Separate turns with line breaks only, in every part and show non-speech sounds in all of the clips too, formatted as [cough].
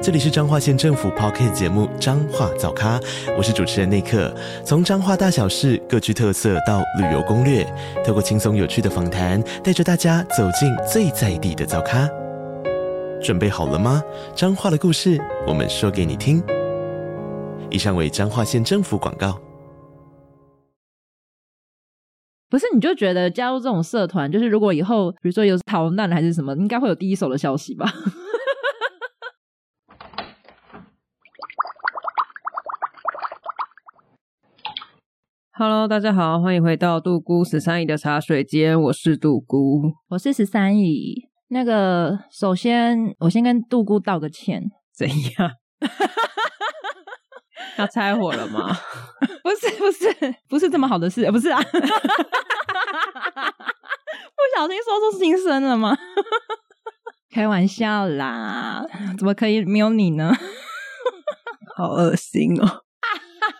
这里是彰化县政府 p o c k t 节目《彰化早咖》，我是主持人内克。从彰化大小事各具特色到旅游攻略，透过轻松有趣的访谈，带着大家走进最在地的早咖。准备好了吗？彰化的故事，我们说给你听。以上为彰化县政府广告。
不是，你就觉得加入这种社团，就是如果以后比如说有逃难还是什么，应该会有第一手的消息吧？ [laughs]
Hello，大家好，欢迎回到杜姑十三姨的茶水间，我是杜姑。
我是十三姨，那个首先我先跟杜姑道个歉，
怎样？ [laughs] 要拆伙了吗？
[laughs] 不是不是不是这么好的事，呃不是啊，不小心说出心声了吗？ [laughs] 开玩笑啦，怎么可以没有你
[laughs]
呢？
好恶心哦！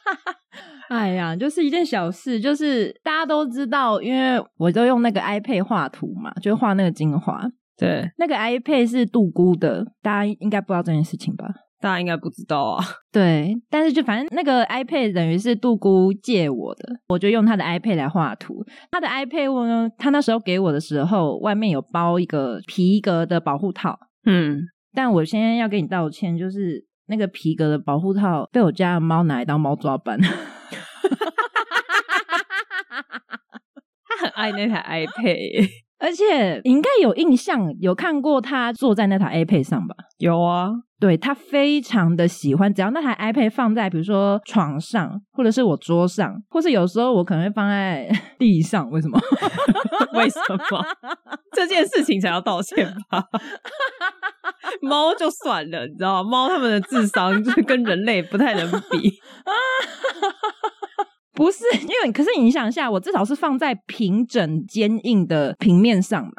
[laughs] 哎呀，就是一件小事，就是大家都知道，因为我都用那个 iPad 画图嘛，就画那个精华。
对，
那个 iPad 是杜姑的，大家应该不知道这件事情吧？
大家应该不知道啊。
对，但是就反正那个 iPad 等于是杜姑借我的，我就用他的 iPad 来画图。他的 iPad 呢，他那时候给我的时候，外面有包一个皮革的保护套，
嗯，
但我现在要跟你道歉，就是那个皮革的保护套被我家的猫拿来当猫抓板。
他很爱那台 iPad 耶。
[laughs] 而且你应该有印象，有看过他坐在那台 iPad 上吧？
有 [laughs] 啊，
对他非常的喜欢，只要那台 iPad 放在比如说床上，或者是我桌上，或是有时候我可能会放在 [laughs] 地上，为什么？
为什么这件事情才要道歉 [laughs] 吧？猫就算了，你知道吗，猫它们的智商就是跟人类不太能比。
不是， [laughs] 因为可是你想一下，我至少是放在平整坚硬的平面上
[laughs]
嘛。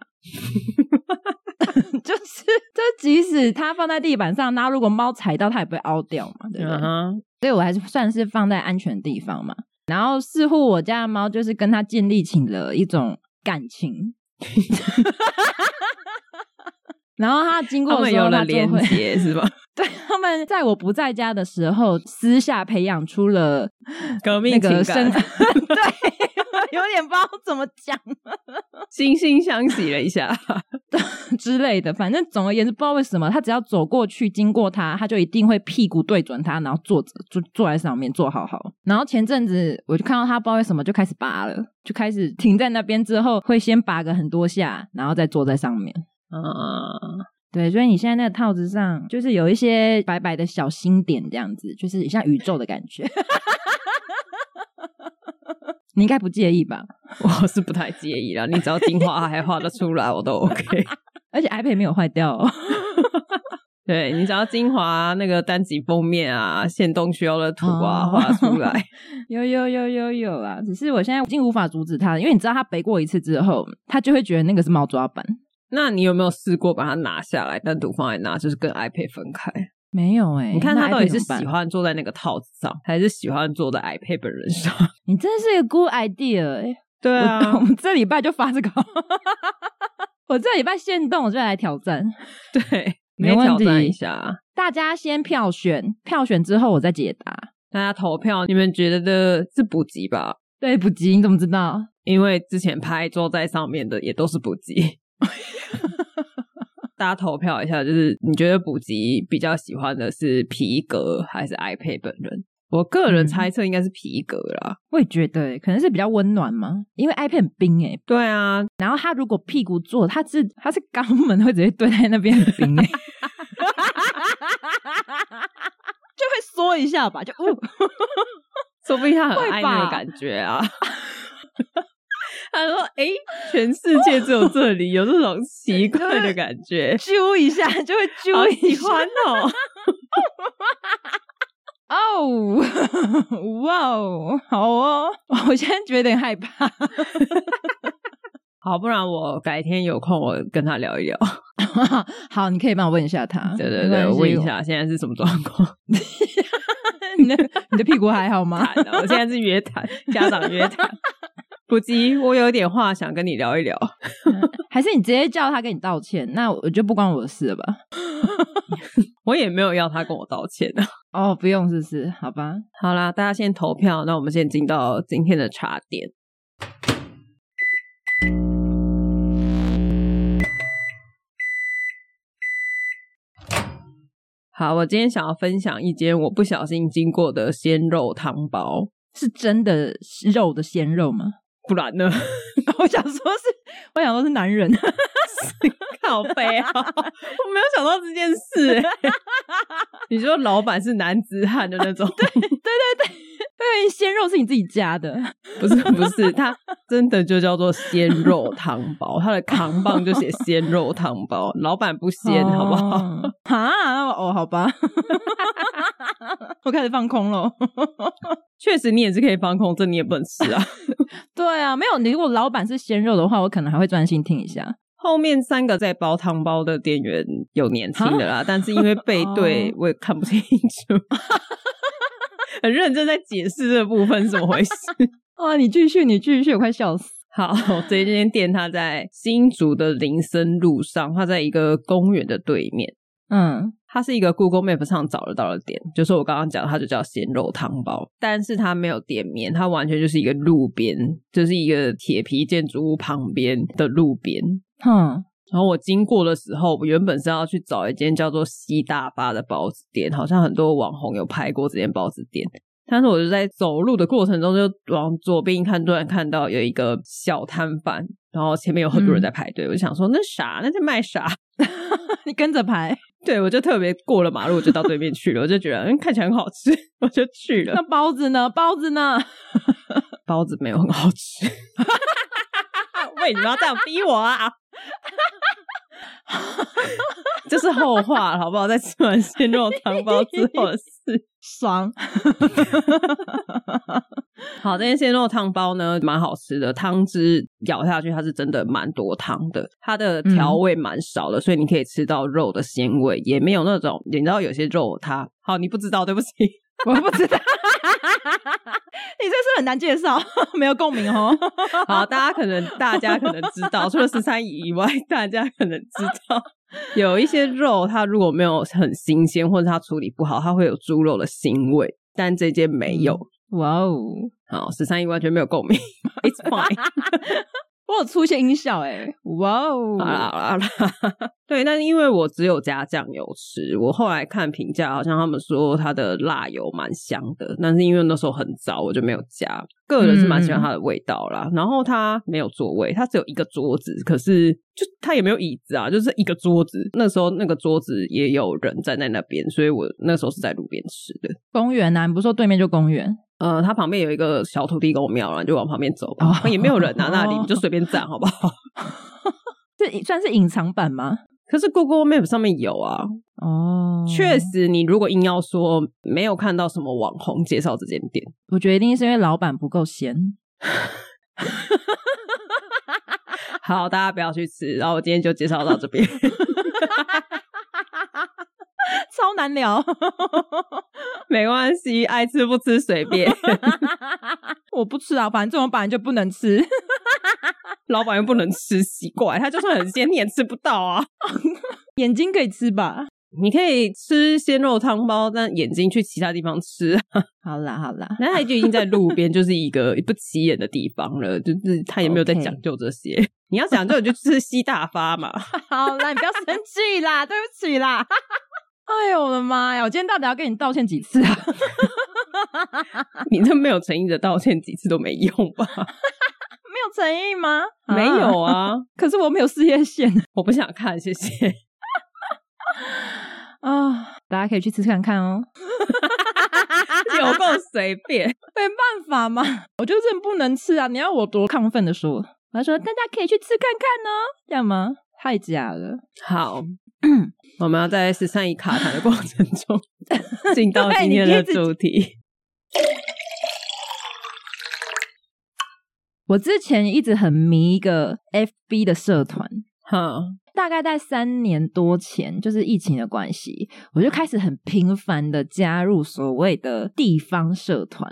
就是，就即使它放在地板上，那如果猫踩到，它也不会凹掉嘛，对不对
[laughs] 嗯哼，
所以我还是算是放在安全的地方嘛。然后似乎我家的猫就是跟它建立起了一种感情， [laughs] 然后它经过
它
的
们
时候，
有了
它就 [laughs]
连
会
接是 [laughs] 吧？
对他们在我不在家的时候，私下培养出了
革
那
命情
个
感
生，， [laughs] 对，有点不知道怎么讲
惺惺相惜了一 [laughs] 下。
[laughs] 之类的。反正总而言之，不知道为什么，它只要走过去经过它，它就一定会屁股对准它，然后坐着就坐在上面坐好好。然后前阵子我就看到它，不知道为什么就开始拔了，就开始停在那边之后，会先拔个很多下，然后再坐在上面。
嗯，
对，所以你现在那个套子上，就是有一些白白的小星点，这样子，就是像宇宙的感 [laughs] 觉。你应该不介意吧？
我是不太介意啦，你只要精华还画得出来，我都 [laughs] OK。
而且 iPad 没有坏掉、哦。
对你只要精华那个单集封面啊、线动需要的图啊
哦
画出来，
有有有有有啊！只是我现在已经无法阻止他了，因为你知道他背过一次之后，他就会觉得那个是猫抓板。
那你有没有试过把它拿下来，单独放在那，就是跟 iPad 分开？
没有哎、
你看他
那
到底
iPad
是
怎么办
喜？欢坐在那个套子上，还是喜欢坐在 iPad 本人上？
[laughs] 你真是一个 good idea 哎、
对
我我们这礼拜就发这个， [laughs] 我这礼拜限动我就来挑战，
对，
[laughs] 没
你
问
挑
题
战一下，
大家先票选，票选之后我再解答。
大家投票，你们觉得是补给吧？
对不急，你怎么知道？
因为之前拍坐在上面的也都是补
[laughs]
给。大家投票一下，就是你觉得补给比较喜欢的是皮革还是 iPad 本人？我个人
嗯
猜测应该是皮革啦。
我也觉得、欸可能是比较温暖嘛，因为 iPad 很冰哎、
对啊，
然后他如果屁股坐，他是他是肛门会直接对在那边很 [laughs] 冰哎、就会缩一下吧，就呜。 [laughs]
说不定他很爱
会吧，
那个感觉啊。 [laughs] 他说：“哎、全世界只有这里有这种奇怪的感觉
揪一下就会
好
揪一
喜
下，
欢
[laughs]
哦。
哦，哇哦，好哦，我现在觉得有点害怕。
好，不然我改天有空我跟他聊一聊。
[laughs] 好，你可以帮我问一下他。
对对
没
对，
关
我
系
问一，下现在是什么状况？
你的你的屁股还好吗？
谈的，我现在是约谈，家长约谈。 [laughs] 普吉，我有点话想跟你聊一聊。
还是你直接叫他跟你道歉？那我就不关我的事了吧？
我也没有要他跟我道歉的。
哦，不用，是不是？好吧，
好啦，大家先投票。那我们先进到今天的茶点。好，我今天想要分享一间我不小心经过的鲜肉汤包，
是真的肉的鲜肉吗？
不然呢？
我想说是，我想说是男人。
[laughs]
[laughs]
靠背啊！ [laughs] 我没有想到这件事、欸 [laughs] 你说老板是男子汉的那种，
对，鲜肉是你自己加的，
[laughs] 不是不是，它真的就叫做鲜肉汤包，它的扛棒就
[laughs]
写鲜肉汤包，老板不鲜好不好？
哦？ [laughs] 啊，哦，好吧， [laughs] 我开始放空了。
确实，你也是可以放空，这你也不能吃啊。 [laughs]
对啊，没有你，如果老板是鲜肉的话，我可能还会专心听一下。
后面三个在包汤包的店员有年轻的啦，但是因为背对
啊哦
我也看不清楚， [laughs] 很认真在解释这部分是怎么回事。 [laughs]
啊，你继续，你继续，我快笑死。
好，所以这间店它在新竹的林森路上，它在一个公园的对面。
嗯，
它是一个 Google Map 上找得到的店，就是我刚刚讲的，它就叫鲜肉汤包，但是它没有店面，它完全就是一个路边，就是一个铁皮建筑物旁边的路边。
哼，
然后我经过的时候，我原本是要去找一间叫做西大巴的包子店，好像很多网红有拍过这间包子店。但是我就在走路的过程中，就往左边一看，突然看到有一个小摊贩，然后前面有很多人在排队，我就想说那啥，那在卖啥？
[laughs] 你跟着排，
[laughs] 对，我就特别过了马路，我就到对面去了，我就觉得嗯看起来很好吃，我就去了
那。包子呢？包子呢？
包子没有很好 [laughs] 吃，为什么要这样逼我啊？这是后话了，好不好？在吃完鲜肉汤包之后的事。
爽，
好，这些鲜肉汤包呢，蛮好吃的，汤汁咬下去，它是真的蛮多汤的，它的调味蛮少的，所以你可以吃到肉的鲜味，也没有那种你知道有些肉它好，你不知道，对不起，
我不知道，你这是很难介绍， [laughs] 没有共鸣哦。
好，大家可能大家可能知道，除了十三姨以外，大家可能知道有一些肉，它如果没有很新鲜，或者它处理不好，它会有猪肉的腥味，但这间没有。
哇哦，
好，十三姨完全没有共鸣 [laughs] ，It's fine。
我有出现音效哎、哇哦
好啦好啦好啦， [laughs] 对，但是因为我只有加酱油吃，我后来看评价，好像他们说它的辣油蛮香的，但是因为那时候很早，我就没有加。个人是蛮喜欢它的味道啦。然后它没有座位，它只有一个桌子，可是就它也没有椅子啊，就是一个桌子。那时候那个桌子也有人站在那边，所以我那时候是在路边吃的。
公园呐、啊，你不是说对面就公园？
呃，它旁边有一个小土地公庙啦，你就往旁边走吧，
哦
也没有人啊，那里
哦
你就随便站好不好？
这算是隐藏版吗？
可是 Google Map 上面有啊，
哦
确，实，你如果硬要说没有看到什么网红介绍这间店， [laughs]
我觉得一定是因为老板不够闲。
好，大家不要去吃。然后我今天就介绍到这边。
[laughs] 超难聊， [laughs]
没关系，爱吃不吃随便。 [laughs]
我不吃啊，反正这种版就不能吃。 [laughs]
老板又不能吃，奇怪，他就算很鲜，你也吃不到啊。
眼睛可以吃吧？
你可以吃鲜肉汤包，但眼睛去其他地方吃。
好啦好啦，
那他就已经在路边，就是一个不起眼的地方了，就是他也没有在
OK
讲究这些。你要讲究，你就吃西大发嘛。
[laughs]
[laughs]
好啦，你不要生气啦，对不起啦。 [laughs] 哎呦我的妈呀！我今天到底要跟你道歉几次啊？ [laughs]
你这没有诚意的道歉几次都没用吧？ [laughs]
没有诚意吗？
没有，啊，
可是我没有事业线
我不想看，谢谢。
[laughs] 啊！大家可以去吃看看哦。
[laughs] 有够随
[laughs]
便。
没办法嘛， [laughs] 我就真的不能吃啊！你要我多亢奋的说，我要说大家可以去吃看看呢、这样吗？太假了，
好， [clears throat] 我们要在十三姨卡痰的过
[laughs]
程中进到今天的主题。
我之前一直很迷一个 FB 的社团，
哈，
大概在三年多前，就是疫情的关系，我就开始很频繁的加入所谓的地方社团。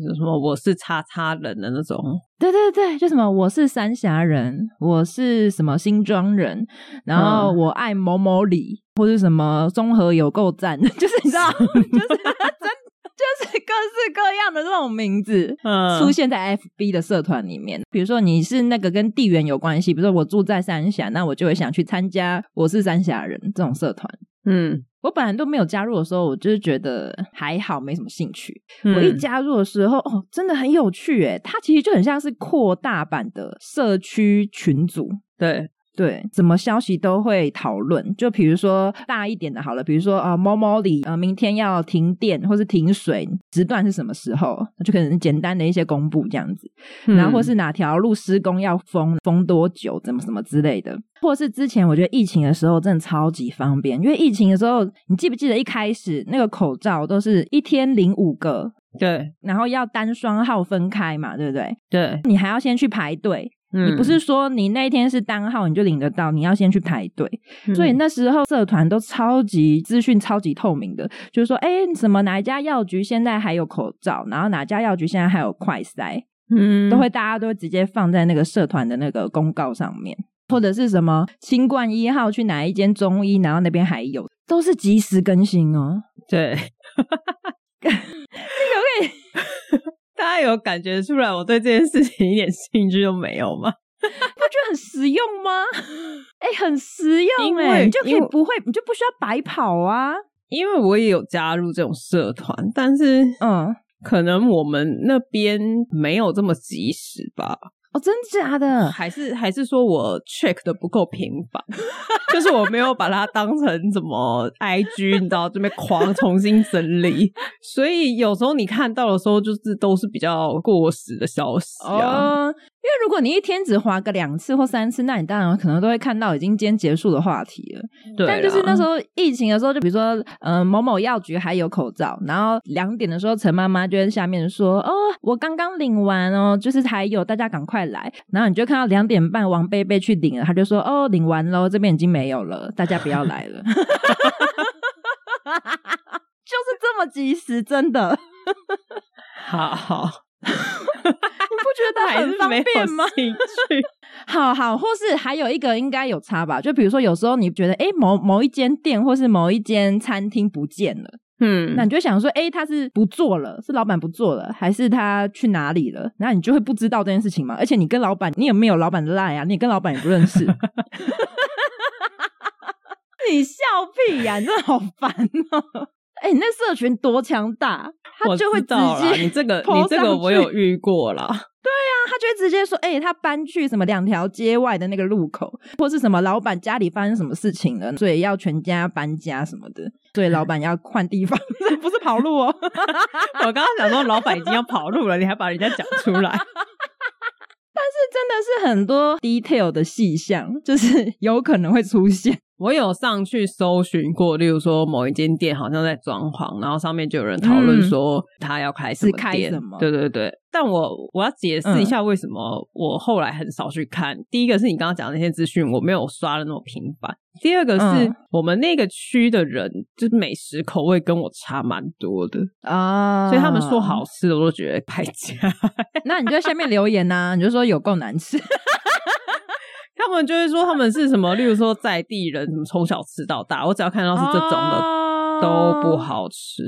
就是什么我是叉叉人的那种，
对对对，就什么我是三峡人，我是什么新庄人，然后
嗯
我爱某某里，或是什么综合有够赞， [laughs] 就是你知道，就是真就是各式各样的这种名字。
嗯
出现在 FB 的社团里面，比如说你是那个跟地缘有关系，比如说我住在三峡，那我就会想去参加我是三峡人这种社团。
嗯，
我本来都没有加入的时候，我就是觉得还好，没什么兴趣。我
我
一加入的时候，哦，真的很有趣诶，它其实就很像是扩大版的社区群组。
对，
对，什么消息都会讨论。就比如说大一点的，好了，比如说啊，呃某某里呃，明天要停电或是停水，时段是什么时候？就可能简单的一些公布这样子。然
嗯
后或是哪条路施工要封，封多久，怎么什么之类的，或是之前我觉得疫情的时候真的超级方便，因为疫情的时候，你记不记得一开始那个口罩都是一天领五个，
对
然后要单双号分开嘛，对不对？
对，嗯
你还要先去排队，
你
你不是说你那一天是单号你就领得到，你要先去排队。
嗯
所以那时候社团都超级资讯超级透明的，就是说，哎，什么哪一家药局现在还有口罩，然后哪家药局现在还有快筛。
嗯
都会大家都会直接放在那个社团的那个公告上面，或者是什么新冠一号去哪一间中医，然后那边还有，都是及时更新哦。
对，这个我
以
以 [laughs] 大家有感觉出来我对这件事情一点兴趣都没有吗？
不觉得很实用吗？ [laughs] 哎、很实
因
用
为
哎、你就可以
因为
不会，你就不需要白跑啊。
因为我也有加入这种社团，但是
嗯，
可能我们那边没有这么及时吧，
哦，真假的？
还是还是说我 check 的不够频繁， [laughs] 就是我没有把它当成怎么 IG，你知 [laughs] 道这边狂重新整理，所以有时候你看到的时候，就是都是比较过时的消息啊。
哦，因为如果你一天只划个两次或三次，那你当然可能都会看到已经今天结束的话题了。
对啊啦，
但就是那时候疫情的时候，就比如说，嗯、某某药局还有口罩，然后两点的时候，陈妈妈就在下面说：“哦，我刚刚领完哦，就是还有，大家赶快来。”然后你就看到两点半，王贝贝去领了，他就说：“哦，领完喽，这边已经没有了，大家不要来了。” [laughs] 就是这么及时，真的，你
好好，
[laughs] 不觉得
还
很
是
方
没有
便吗？
兴趣。
[laughs] 好好，或是还有一个应该有差吧，就比如说有时候你觉得，诶，某某一间店或是某一间餐厅不见了。
嗯
那你就想说，哎、他是不做了，是老板不做了，还是他去哪里了？那你就会不知道这件事情嘛。而且你跟老板，你也没有老板的赖啊，你也跟老板也不认识。 [laughs] 你笑屁呀、你真的好烦哦、哎、你那社群多强大，他
我
就会
知
直
道啦
接
你
[laughs]
这个
po
你这个
上
我
去
有遇过啦。
他就会直接说，哎、他搬去什么两条街外的那个路口，或是什么老板家里发生什么事情了，所以要全家搬家什么的，所以老板要换地方，这
[laughs]
不是跑路 [laughs] 哦、
我刚刚想说，老板已经要跑路了，你还把人家讲出来， [laughs]
真的是很多 detail 的细项，就是 [laughs] 有可能会出现。
我有上去搜寻过，例如说某一间店好像在装潢，然后上面就有人讨论说他要开什
嗯
么
是开
店
什么嗯
对对对。但我我要解释一下为什么我后来很少去看。第一个是你刚刚讲的那些资讯，我没有刷的那么频繁。第二个是
嗯
我们那个区的人，就是美食口味跟我差蛮多的，
啊
所以他们说，好吃的我都觉得败家。
[laughs] 那你就在下面留言 [laughs] 呐、你就说有够难吃， [laughs]
他们就会说他们是什么，例如说在地人，什么从小吃到大。我只要看到是这种
哦
的，都不。好吃。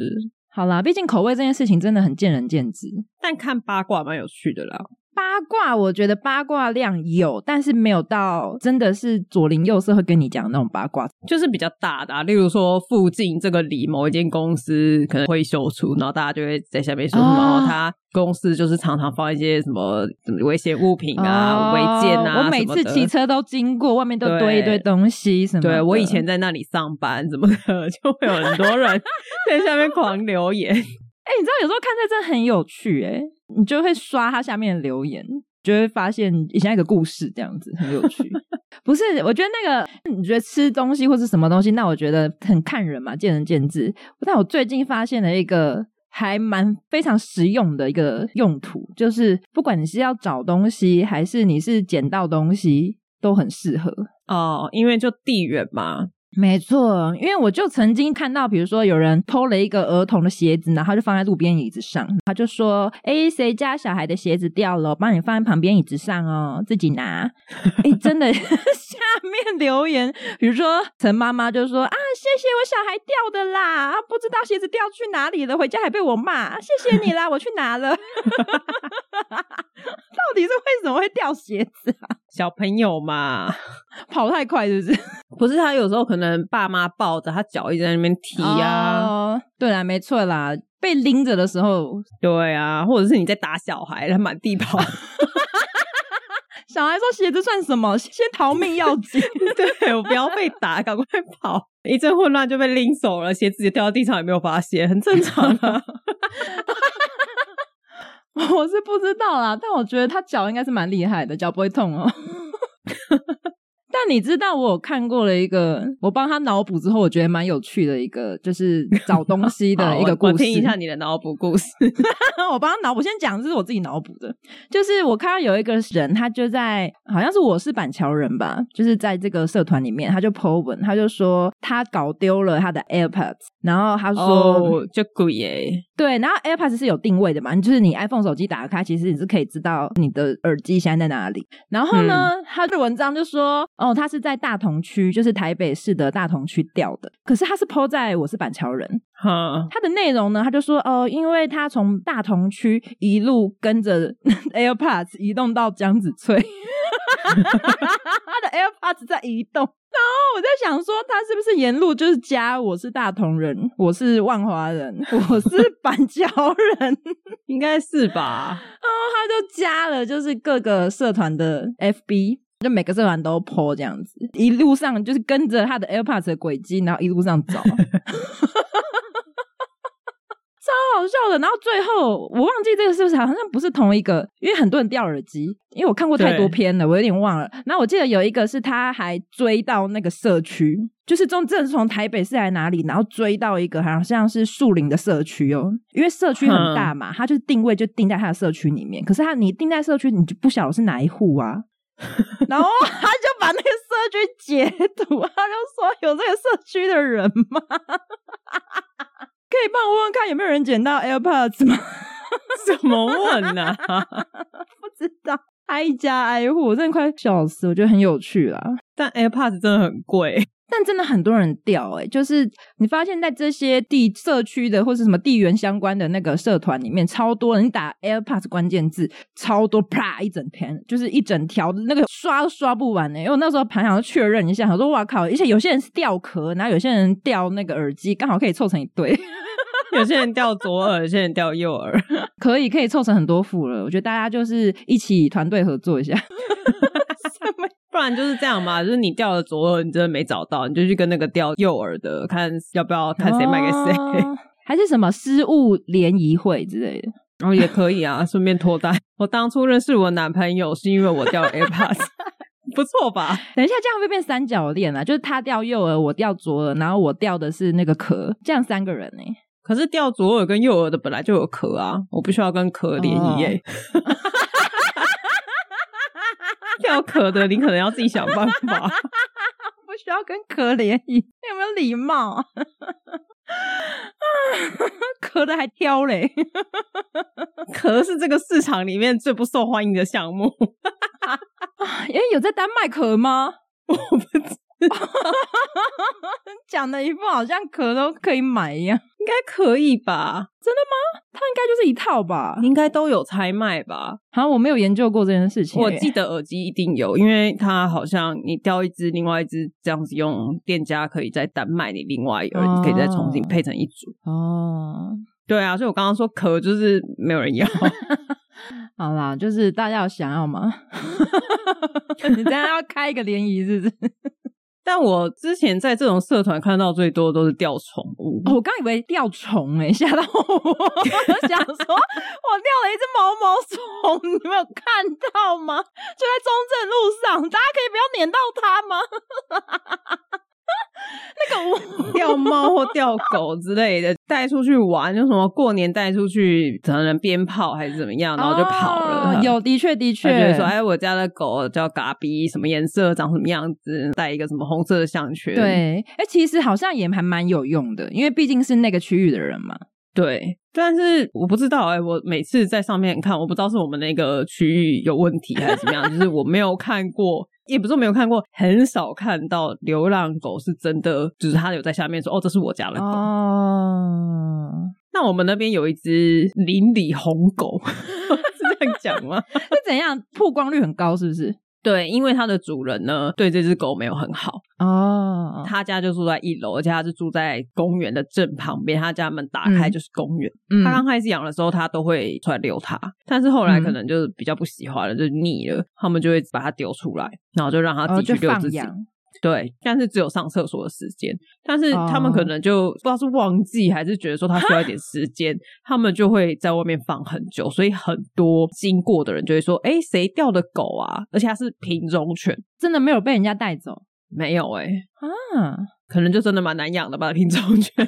好啦，毕竟口味这件事情真的很见仁见智。
但看八卦蛮有趣的啦。
八卦，我觉得八卦量有，但是没有到真的是左邻右舍会跟你讲的那种八卦。
就是比较大的、啊，例如说附近这个里某一间公司可能会秀出，然后大家就会在下面说什么、
啊
哦，他公司就是常常放一些什么什么危险物品啊、
哦
违建啊，
我每次骑。车都经过，外面都堆一堆
对
东西什么的。
对我以前在那里上班，怎么的 [laughs] 就会有很多人在下面狂留言。
哎、你知道有时候看这真的很有趣、哎，你就会刷它下面的留言，就会发现以前一个故事这样子，很有趣。 [laughs] 不是，我觉得那个你觉得吃东西或是什么东西，那我觉得很看人嘛，见仁见智。但我最近发现了一个还蛮非常实用的一个用途，就是不管你是要找东西，还是你是捡到东西，都很适合。
哦，因为就地缘嘛，
没错，因为我就曾经看到，比如说有人偷了一个儿童的鞋子，然后就放在路边椅子上，他就说：“哎，谁家小孩的鞋子掉了，我帮你放在旁边椅子上哦，自己拿。”哎，真的， [laughs] 下面留言，比如说陈妈妈就说：“啊，谢谢我小孩掉的啦，啊，不知道鞋子掉去哪里了，回家还被我骂，啊谢谢你啦，我去拿了。” [laughs] 到底是为什么会掉鞋子啊？
小朋友嘛，
跑太快是不是？
不是他有时候可能爸妈抱着他脚一直在那边踢啊，
哦，对啦，没错啦，被拎着的时候，
对啊，或者是你在打小孩，他满地跑， [laughs]
小孩说鞋子算什么，先逃命要
[laughs]
紧。
对我不要被打，赶快跑，一阵混乱就被拎走了，鞋子也掉到地上也没有发现，很正常
[laughs]
啊。
我是不知道啦，但我觉得他脚应该是蛮厉害的，脚不会痛哦。 [laughs] 但你知道，我有看过了一个，我帮他脑补之后，我觉得蛮有趣的一个，就是找东西
[laughs] 好
的一个
我
故
我
事。
听一下你的脑补故事。
[laughs] 我帮他脑补，先讲这是我自己脑补的，就是我看到有一个人，他就在好像是我是板桥人吧，就是在这个社团里面，他就 po 文，他就说他搞丢了他的 AirPods，然后他说、
哦，就鬼耶，
对，然后 AirPods 是有定位的嘛，就是你 iPhone 手机打开，其实你是可以知道你的耳机现在在哪里。然后呢，他的文章就说，哦，他是在大同区，就是台北市的大同区掉的，可是他是 po 在我是板桥人，
哈，
它的内容呢，他就说哦，因为他从大同区一路跟着 [laughs] AirPods 移动到江子翠， [laughs] 他的 AirPods 在移动。然后我在想说，他是不是沿路就是加我是大同人，我是万华人，我是板桥人，
应该是吧？
他就加了就是各个社团的 FB。就每个社团都 po 这样子，一路上就是跟着他的 AirPods 的轨迹，然后一路上找，超好笑的。然后最后我忘记这个是不是好像不是同一个，因为很多人掉耳机，因为我看过太多篇了，我有点忘了。然后我记得有一个是他还追到那个社区，就是从正从台北市来哪里，然后追到一个好像是树林的社区哦，因为社区很大嘛，他就定位就定在他的社区里面。可是他你定在社区，你就不晓得是哪一户啊。然后他就把那个社区截图，他就说有这个社区的人吗？ [laughs] 可以帮我问问看有没有人捡到 AirPods 吗？ [laughs]
怎么问啊呢、
不知道，挨家挨户，我真的快笑死，我觉得很有趣啦。
[laughs] 但 AirPods 真的很贵，
但真的很多人掉哎、欸就是你发现在这些地社区的或是什么地缘相关的那个社团里面，超多人你打 AirPods 关键字，超多啪一整篇，就是一整条的那个刷都刷不完呢、欸因为我那时候还想要确认一下，想说哇靠，而且有些人是掉壳，然后有些人掉那个耳机，刚好可以凑成一对，
有些人掉左耳，有些人掉右耳。
[laughs] 可以可以凑成很多副了。我觉得大家就是一起团队合作一下。
不然就是这样嘛，就是你掉了左耳，你真的没找到，你就去跟那个掉右耳的，看要不要 [laughs] 看谁卖给谁，
哦还是什么失物联谊会之类的。
然后也可以啊，顺便脱单。我当初认识我男朋友是因为我掉了 AirPods，不 [laughs] 错吧？
[laughs] 等一下，这样会不会变三角恋啊？就是他掉右耳，我掉左耳，然后我掉的是那个壳，这样三个人呢、 [laughs]
可是掉左耳跟右耳的本来就有壳啊，我不需要跟壳联谊耶。 [laughs] 掉壳的你可能要自己想办法。
不需要跟壳联谊，有没有礼貌啊？ [laughs] 壳的还挑嘞， [laughs]
壳是这个市场里面最不受欢迎的项目，
哎、有在丹麦壳吗？ [laughs]
我不知
讲的一副好像壳都可以买一样，
应该可以吧？
它应该就是一套吧？
应该都有拆卖吧？
好像我没有研究过这件事情、
[laughs]
欸
我记得耳机一定有，因为它好像你掉一只，另外一只这样子用，店家可以再单卖你另外一耳，
哦
你可以再重新配成一组。
哦，
对啊，所以我刚刚说壳就是没有人
[laughs]
要，
好啦，就是大家有想要吗？ [laughs] 你等一下要开一个联谊是不是？
但我之前在这种社团看到最多都是掉宠物，
哦、我刚以为掉虫哎、 [laughs] 吓到我！我想说，我掉了一只毛毛虫， [laughs] 你们有看到吗？就在中正路上，大家可以不要撵到它吗？那个我
掉猫或钓狗之类的，带出去玩，就什么过年带出去，可能鞭炮还是怎么样，然后就跑了。
哦有的确的确
他觉得，说，哎，我家的狗叫嘎比，什么颜色，长什么样子，带一个什么红色的项圈。
对，哎、其实好像也还蛮有用的，因为毕竟是那个区域的人嘛。
对，但是我不知道哎、我每次在上面看，我不知道是我们那个区域有问题还是怎么样，就是我没有看过，也不是没有看过，很少看到流浪狗是真的，就是它有在下面说，哦，这是我家的狗。
哦，
那我们那边有一只邻里红狗， [laughs] 是这样讲吗？ [laughs]
是怎样曝光率很高，是不是？
对，因为它的主人呢，对这只狗没有很好。
哦，
他家就住在一楼，而且他是住在公园的正旁边。他家门打开
嗯
就是公园。
嗯
他刚开始养的时候，他都会出来遛它，但是后来
嗯
可能就是比较不喜欢了，就腻了，他们就会把它丢出来，然后就让它
哦
自己
就
去遛
放
自己。
养，
对，但是只有上厕所的时间。但是他们
哦
可能就不知道是忘记还是觉得说它需要一点
[laughs]
时间，他们就会在外面放很久。所以很多经过的人就会说：“哎、谁掉的狗啊？”而且它是品种犬，
真的没有被人家带走
没有哎、
啊？
可能就真的蛮难养的吧，品种犬。
可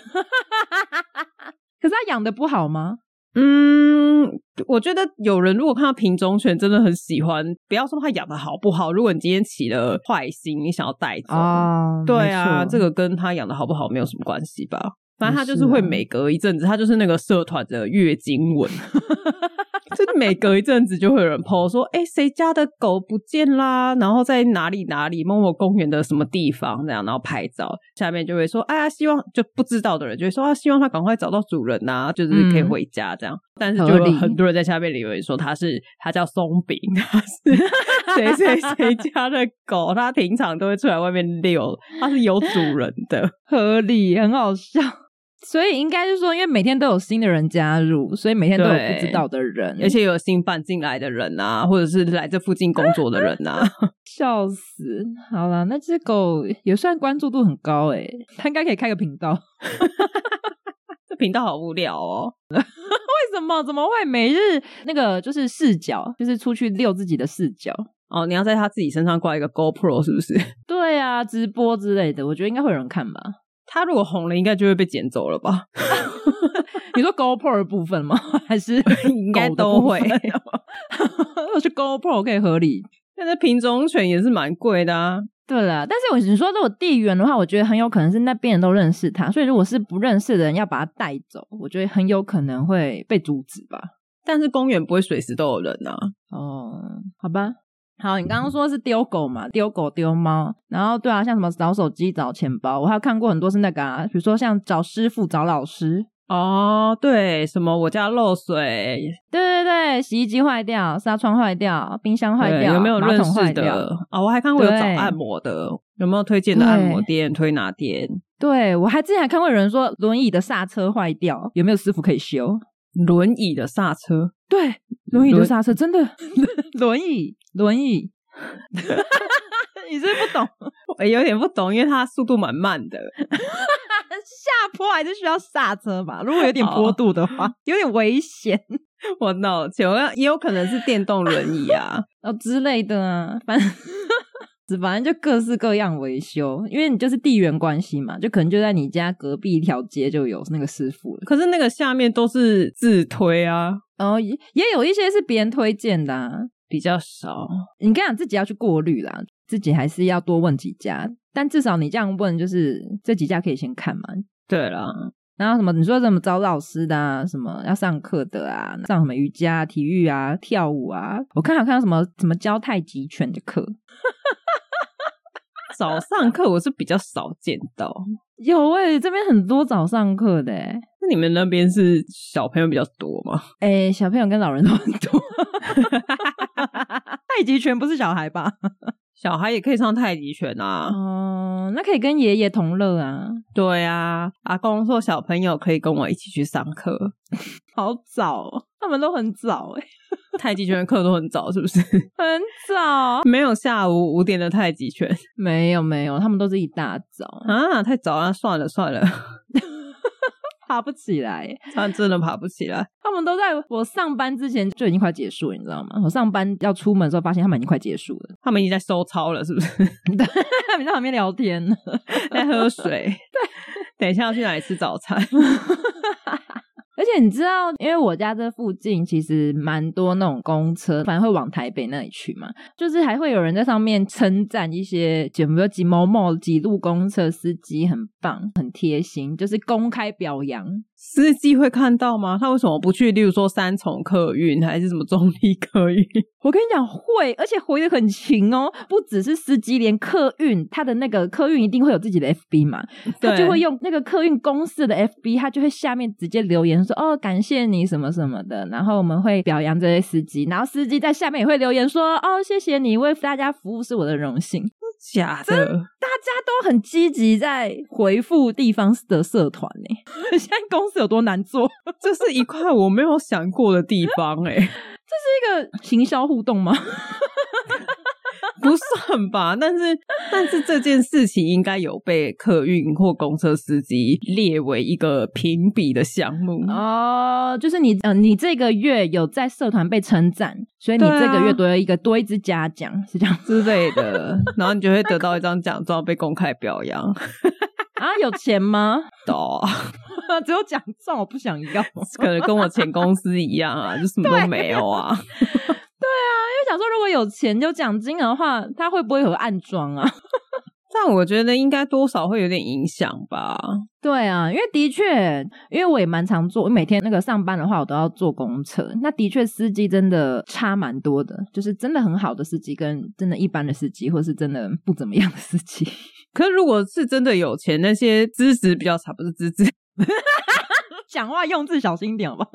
是他养的不好吗？
嗯，我觉得有人如果看到品种犬真的很喜欢，不要说它养的好不好，如果你今天起了坏心，你想要带走，
哦，
对啊，
没错
这个跟它养的好不好没有什么关系吧。反正它就
也
是
是啊
会每隔一阵子，它就是那个社团的月经文， [laughs] 就是每隔一阵子就会有人 PO 说，哎、谁家的狗不见啦，然后在哪里哪里某某公园的什么地方这样，然后拍照，下面就会说，哎呀，希望就不知道的人就会说，啊，希望它赶快找到主人呐、啊，就是可以
嗯
回家这样。但是就
合
有
理
很多人在下面留言说，它是它叫松饼，它 [laughs] 是谁谁谁家的狗，它平常都会出来外面遛，它是有主人的。
合理，很好笑。 [laughs] 所以应该是说，因为每天都有新的人加入，所以每天都有
对
不知道的人，
而且有新搬进来的人啊，或者是来这附近工作的人 [laughs] 啊，
笑死。好啦，那只狗也算关注度很高诶、它应该可以开个频道。 [laughs] 为
这频道好无聊哦。
什么？怎么会每日那个就是视角，就是出去遛自己的视角？
哦，你要在他自己身上挂一个 GoPro 是不是？
对啊，直播之类的，我觉得应该会有人看吧。
他如果红了，应该就会被捡走了吧？
你说 GoPro 的部分吗？ [laughs] 还是
[laughs] 应该都会
狗的部分？我觉得 GoPro 可以合理
[laughs] 但是品种犬也是蛮贵的啊。
对了，但是我你说如果地缘的话，我觉得很有可能是那边人都认识他，所以如果是不认识的人要把他带走，我觉得很有可能会被阻止吧。
但是公园不会随时都有人啊。
哦，好吧。好，你刚刚说是丢狗嘛，丢狗丢猫，然后对啊，像什么找手机、找钱包，我还有看过很多是那个、啊，比如说像找师傅、找老师，
哦，对，什么我家漏水，
对对对，洗衣机坏掉、纱窗坏掉、冰箱坏
对
掉，
有没有
马
认
桶坏
识
掉
的？啊、我还看过有找
对
按摩的，有没有推荐的按摩
对
店、推拿店？
对我还之前还看过有人说轮椅的刹车坏掉，有没有师傅可以修？
轮椅的刹车，
对，轮椅的
轮
刹车真的，轮椅，轮椅， [laughs] 你是不是不懂，
我有点不懂，因为它速度蛮慢的。
[laughs] 下坡还是需要刹车吧？如果有点坡度的话，有点危险
我脑前我也有可能是电动轮椅啊。
哦之类的啊，反正 [laughs] 反正就各式各样维修，因为你就是地缘关系嘛，就可能就在你家隔壁一条街就有那个师傅了。
可是那个下面都是自推啊，
然后也也有一些是别人推荐的、啊，
比较少。
你跟你讲自己要去过滤啦，自己还是要多问几家。但至少你这样问，就是这几家可以先看嘛，
对啦，
然后什么？你说怎么找老师的啊？什么要上课的啊？上什么瑜伽啊、体育啊、跳舞啊？我看有看到什么什么教太极拳的课，
早上课我是比较少见到。
有诶、这边很多早上课的欸诶、
那你们那边是小朋友比较多吗？
诶小朋友跟老人都很多。 [laughs] 太极拳不是小孩吧？ [laughs]
小孩也可以上太极拳啊。
哦、那可以跟爷爷同乐啊。
对啊，阿公说小朋友可以跟我一起去上
[laughs]
课，
好早、哦，他们都很早欸诶、
[laughs] 太极拳的课都很早，是
[laughs]
不是？哦
很早。
没有下午五点的太极拳
没有没有，他们都是一大早，
啊，太早了，算了算了，
[laughs] 爬不起来、欸。
他真的爬不起来。
他们都在我上班之前就已经快结束了，你知道吗？我上班要出门的时候，发现他们已经快结束了， [laughs]
他们已经在收操了，是不是？
他们在旁边聊天呢。
在喝水。等一下要去哪里吃早餐？
而且你知道，因为我家这附近其实蛮多那种公车，反正会往台北那里去嘛，就是还会有人在上面称赞一些，比如说几某某几路公车司机很棒、很贴心，就是公开表扬。
司机会看到吗？他为什么不去？例如说三重客运还是什么中立客运？
我跟你讲会，而且回的很勤哦，不只是司机，连客运他的那个客运一定会有自己的 FB 嘛， [laughs] 他
对
就会用那个客运公司的 FB，他就会下面直接留言说哦，感谢你什么什么的，然后我们会表扬这些司机，然后司机在下面也会留言说哦，谢谢你为大家服务是我的荣幸，
假的？
大家都很积极在回复地方的社团呢， [laughs] 现在公司有多难做，
这是一块我没有想过的地方哎、
这是一个行销互动
[laughs]
吗？
哦不算吧？但是但是这件事情应该有被客运或公车司机列为一个评比的项目。
哦，就是你，呃，你这个月有在社团被称赞，所以你
对啊
这个月多一个、多一只嘉奖，是这样
之类的，然后你就会得到一张奖状，被公开表扬。 [laughs]
啊？有钱 [laughs] 吗？
哦，
只有奖状，我不想 [laughs] 要。
可能跟我前公司一样啊，就什么都没有啊。 [laughs]
因为想说，如果有钱有奖金的话，他会不会有暗装啊？
但我觉得应该多少会有点影响吧。
对啊，因为的确，因为我也蛮常坐，每天那个上班的话，我都要坐公车。那的确，司机真的差蛮多的，就是真的很好的司机跟真的一般的司机，或是真的不怎么样的司机。
可是如果是真的有钱，那些资质比较差，不是资质，
[laughs] 讲话用字小心一点，好不好？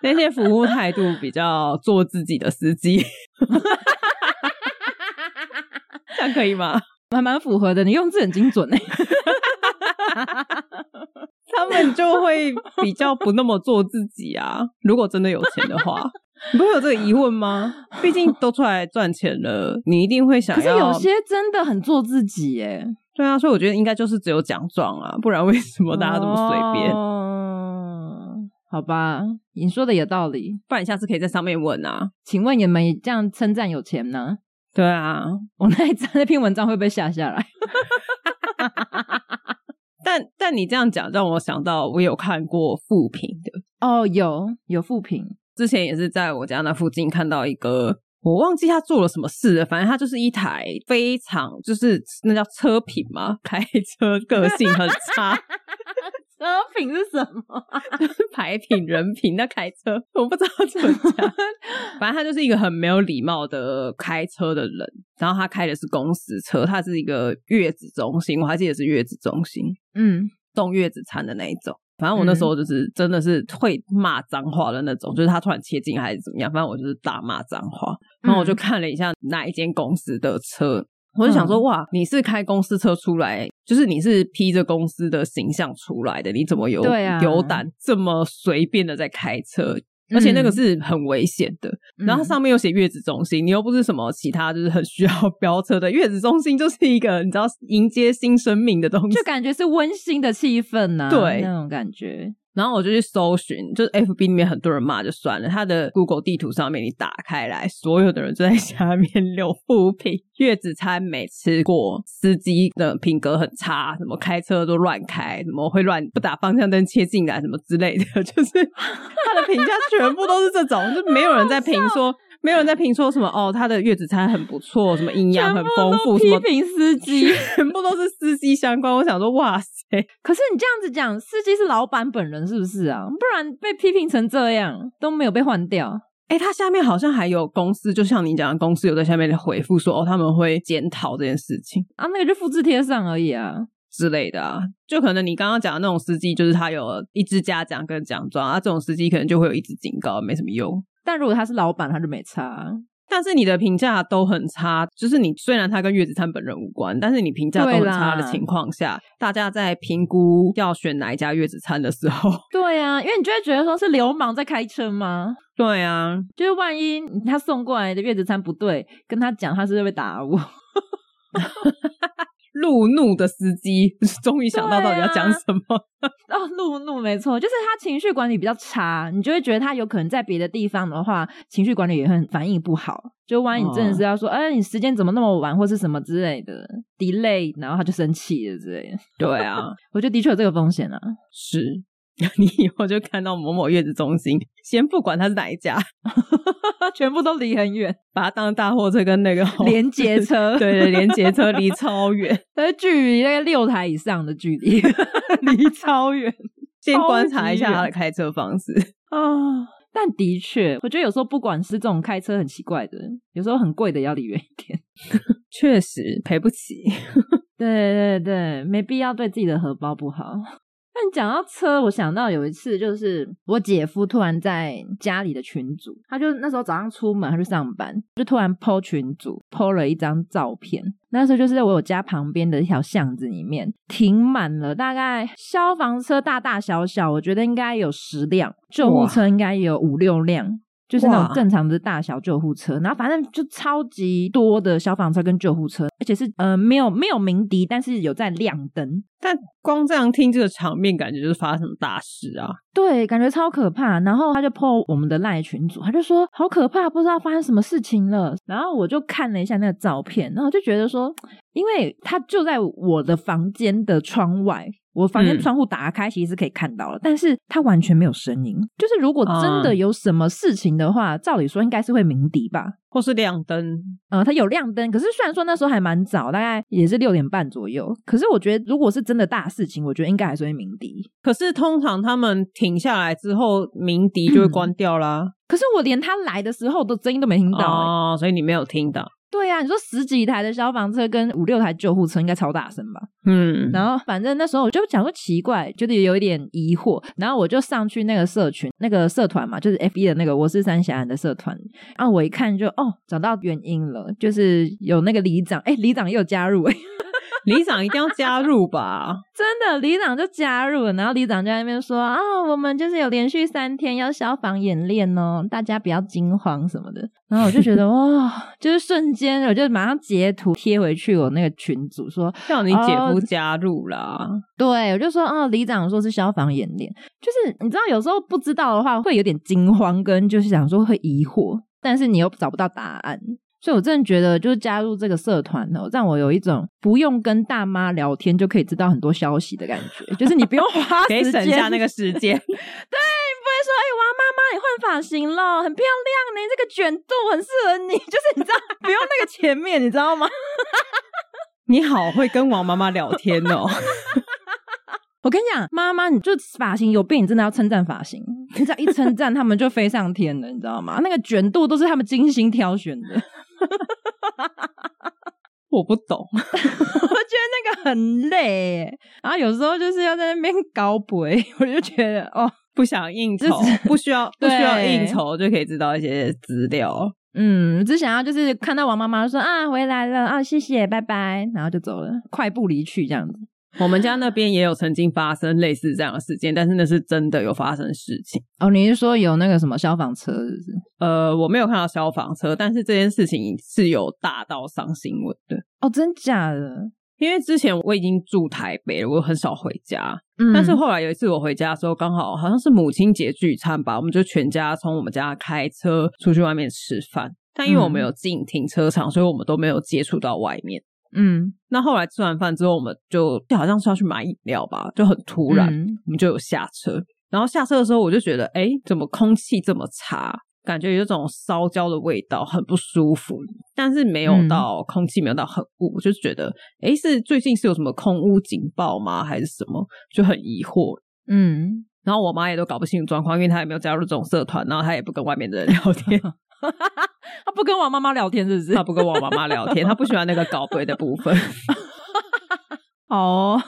那些服务态度比较做自己的司机， [laughs] 这样可以吗？
还蛮符合的，你用字很精准哎、
他们就会比较不那么做自己啊。如果真的有钱的话，你不会有这个疑问吗？毕竟都出来赚钱了，你一定会想
可是
要。
有些真的很做自己哎、
对啊，所以我觉得应该就是只有奖状啊，不然为什么大家这么随便？
哦好吧，你说的有道理。
不然下次可以在上面问啊。
请问你们也这样称赞有钱呢？ [laughs]
对啊，
我那一张那篇文章会被下下来。
但但你这样讲让我想到，我有看过复评的，
哦，有有复评，
之前也是在我家那附近看到一个，我忘记他做了什么事了，反正他就是一台非常就是那叫车品嘛，开车个性很差。
车评是什么？
[laughs] 牌品、人品，那开车我不知道怎么讲。反正他就是一个很没有礼貌的开车的人，然后他开的是公司车，他是一个月子中心，我还记得是月子中心
嗯，
送月子餐的那一种。反正我那时候就是真的是会骂脏话的那种，就是他突然切进来还是怎么样，反正我就是大骂脏话。然
嗯
后我就看了一下哪一间公司的车，我就想说，
嗯
哇，你是开公司车出来，就是你是披着公司的形象出来的，你怎么有
对啊
有胆这么随便的在开车？而且那个
嗯
是很危险的，
嗯
然后上面又写月子中心，你又不是什么其他就是很需要 [laughs] 飙车的月子中心，就是一个你知道迎接新生命的东西
就。感觉是温馨的气氛呐、
对
那种感觉。
然后我就去搜寻，就是 FB 里面很多人骂就算了，他的 Google 地图上面你打开来，所有的人就在下面留负评，月子餐没吃过，司机的品格很差，什么开车都乱开，什么会乱不打方向灯切进来，什么之类的， [laughs] 就是他的评价全部都是这种，就没有人在评说。没有人在评说什么哦，他的月子餐很不错，什么营养很丰富，什
全
么
部都批评司机，
全部都是司机相关。我想说，哇塞，
[laughs] 可是你这样子讲，司机是老板本人是不是啊？不然被批评成这样都没有被换掉，
哎、它下面好像还有公司，就像你讲的，公司有在下面回复说，哦，他们会检讨这件事情
啊，那个就复制贴上而已啊。
之类的啊。就可能你刚刚讲的那种司机，就是他有一支嘉奖跟奖状啊，这种司机可能就会有一支警告，没什么用。
但如果他是老板，他就没差啊。
但是你的评价都很差，就是你虽然他跟月子餐本人无关，但是你评价都很差
对
的
啦
情况下，大家在评估要选哪一家月子餐的时候， [laughs]
对啊，因为你就会觉得说是流氓在开车吗？
对啊，
就是万一他送过来的月子餐不对，跟他讲他是会被打我。
[laughs]
啊
路怒的司机终于想到到底要讲什么。 [laughs]
哦，路怒没错，就是他情绪管理比较差，你就会觉得他有可能在别的地方的话，情绪管理也很反应不好。就万一你真
哦
的是要说，哎、你时间怎么那么晚，或是什么之类的 delay，然后他就生气了之类的。
对啊，
我觉得的确有这个风险啊。 [laughs]
是。 [laughs] 你以后就看到某某月子中心，先不管它是哪一家，
全部都离很远，
把它当大货车跟那个
连接车，
哦对对，连接
[laughs]
车离超远，
呃，距离大概六台以上的距离， [laughs] 离超远
先观察一下他的开车方式。
[laughs] 啊、但的确，我觉得有时候不管是这种开车很奇怪的，有时候很贵的也要离远一点。
确实赔不起，
对对对，没必要对自己的荷包不好。 [laughs] 但讲到车，我想到有一次，就是我姐夫突然在家里的群组，他就那时候早上出门，他去上班，就突然 po 群组，po 了一张照片。那时候就是在我家旁边的一条巷子里面，停满了大概消防车大大小小，我觉得应该有十辆，救护车应该也有五六辆。就是那种
哇
正常的大小救护车，然后反正就超级多的消防车跟救护车，而且是呃没有没有鸣笛，但是有在亮灯，
但光这样听这个场面，感觉就是发生什么大事啊！
对，感觉超可怕。然后他就 po 我们的赖群组，他就说好可怕，不知道发生什么事情了。然后我就看了一下那个照片，然后就觉得说，因为他就在我的房间的窗外，我房间
嗯
窗户打开其实是可以看到了，但是他完全没有声音。就是如果真
啊
的有什么事情的话，照理说应该是会鸣笛吧。
或是亮灯，
呃，它有亮灯，可是虽然说那时候还蛮早，大概也是六点半左右。可是我觉得，如果是真的大事情，我觉得应该还是会鸣笛。
可是通常他们停下来之后，鸣笛
嗯
就会关掉啦。
可是我连他来的时候的声音都没听到、欸。
哦，所以你没有听到。
对啊，你说十几台的消防车跟五六台救护车应该超大声吧？ [laughs]
嗯，
然后反正那时候我就讲说奇怪，觉得有一点疑惑，然后我就上去那个社群、那个社团嘛，就是 F 一的那个我是三峡人的社团，然后我一看就哦，找到原因了，就是有那个里长，哎，里长也有加入、哎，
里长一定要加入吧？
真的，里长就加入了，然后里长就在那边说啊、我们就是有连续三天要消防演练哦，大家不要惊慌什么的。然后我就觉得哇，就是瞬间我就马上截图贴回去我那个群组说，
叫你姐
哦
夫加入啦。
对我就说哦，里长说是消防演练，就是你知道有时候不知道的话会有点惊慌，跟就是想说会疑惑，但是你又找不到答案。所以，我真的觉得，就是加入这个社团呢，让我有一种不用跟大妈聊天就可以知道很多消息的感觉，就是你不用花
[laughs] 可以
时
省
间
下那个时间。
不会说，哎、王妈妈，你换发型了，很漂亮呢，这个卷度很适合你， [laughs] 就是你知道，不用那个前面，你知道吗？
你好，会跟王妈妈聊天哦。 [laughs]
我跟你讲，妈妈，你就发型有变，你真的要称赞发型，你只要一称 [laughs] 赞，他们就飞上天了，你知道吗？那个卷度都是他们精心挑选的，我觉 [laughs]
我不懂，
得那个很累耶，然后有时候就是要在那边搞鬼，我就觉得哦，
不想应酬
这是，
不需要不
对
需要应酬就可以知道一些资料。
嗯，只想要就是看到王妈妈说啊回来了啊，谢谢，拜拜，然后就走了，快步离去这样子。
我们家那边也有曾经发生类似这样的事件，但是那是真的有发生事情。
哦，你是说有那个什么消防车是不是？
呃，我没有看到消防车，但是这件事情是有大到上新闻的。
哦，真假的？
因为之前我已经住台北了，我很少回家，
嗯
但是后来有一次我回家的时候，刚好好像是母亲节聚餐吧，我们就全家从我们家开车出去外面吃饭。但因为我们有进停车场，所以我们都没有接触到外面。
嗯，
那后来吃完饭之后，我们就就好像是要去买饮料吧，就很突然，
嗯
我们就有下车。然后下车的时候，我就觉得，哎，怎么空气这么差？感觉有一种烧焦的味道，很不舒服。但是没有
嗯
到、空气没有到很雾，我就觉得，哎，是最近是有什么空污警报吗？还是什么？就很疑惑。
嗯，
然后我妈也都搞不清楚状况，因为她也没有加入这种社团，然后她也不跟外面的人聊天， [laughs]
他不跟王妈妈聊天是不是？
她不跟我妈妈聊天，她不喜欢那个搞鬼的部分， [laughs]
哦，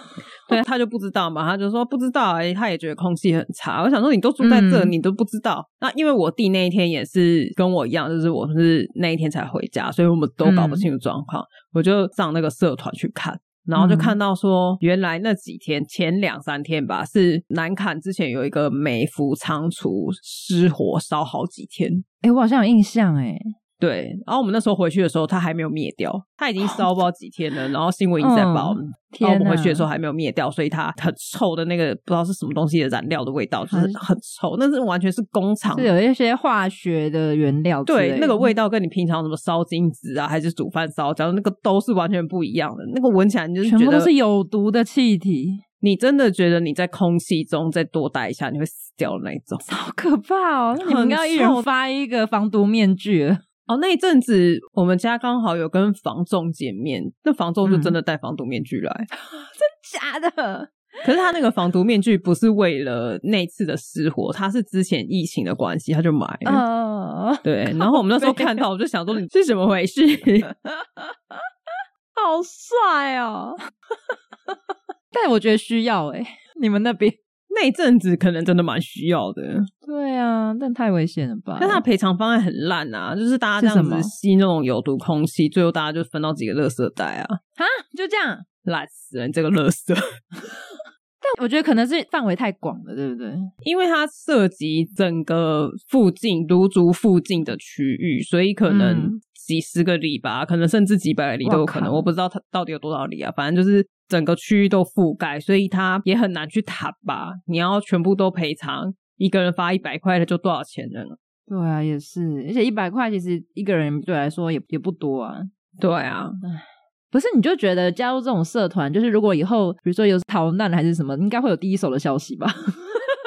对，她就不知道嘛，她就说不知道、欸，她也觉得空气很差。我想说你都住在这，
嗯
你都不知道。那因为我弟那一天也是跟我一样，就是我是那一天才回家，所以我们都
嗯
搞不清楚状况，我就上那个社团去看。然后就
嗯
看到说，原来那几天前两三天吧，是南坎之前有一个美孚仓储失火烧好几天，
哎、我好像有印象哎，
对，然后我们那时候回去的时候，它还没有灭掉，它已经烧不知道几天了，然后新闻一直在报。
嗯
然后我们
哪
回去的时候还没有灭掉，所以它很臭的那个不知道是什么东西的染料的味道，就是很臭，那是完全是工厂
是有一些化学的原料之类的，
对，那个味道跟你平常什么烧金纸啊，还是煮饭烧焦，那个都是完全不一样的。那个闻起来你就是
全
觉
部
得
都是有毒的气体，
你真的觉得你在空气中再多待一下，你会死掉的那一种。
好可怕哦！那你们应该一人发一个防毒面具了，
哦，那一阵子我们家刚好有跟房仲见面，那房仲就
嗯
真的戴防毒面具来，
[laughs] 假的。
可是他那个防毒面具不是为了那次的失火，他是之前疫情的关系，他就买了。
呃， [laughs]
对，然后我们那时候看 [laughs] 到，我就想说你嗯是怎么回 [laughs] 事？
好帅 [laughs] 哦！但我觉得需要哎、你们那边
那一阵子可能真的蛮需要的。
对啊，但太危险了吧？
[laughs] 但他的赔偿方案很烂啊，就是大家这样
是什么
子吸那种有毒空气，最后大家就分到几个垃圾袋啊，
哈就这样，
烂死人！这个垃圾，
但我觉得可能是范围太广了，对不对？
因为它涉及整个附近卢竹附近的区域，所以可能
嗯
几十个里吧，可能甚至几百个里都有
哇
可能，
靠
我不知道它到底有多少里啊，反正就是。整个区域都覆盖，所以它也很难去谈吧。你要全部都赔偿，一个人发一百块，那就多少钱呢？
对啊，也是，而且一百块其实一个人对我来说也也不多啊。
对啊，
不是，你就觉得加入这种社团，就是如果以后比如说有逃难还是什么，应该会有第一手的消息吧？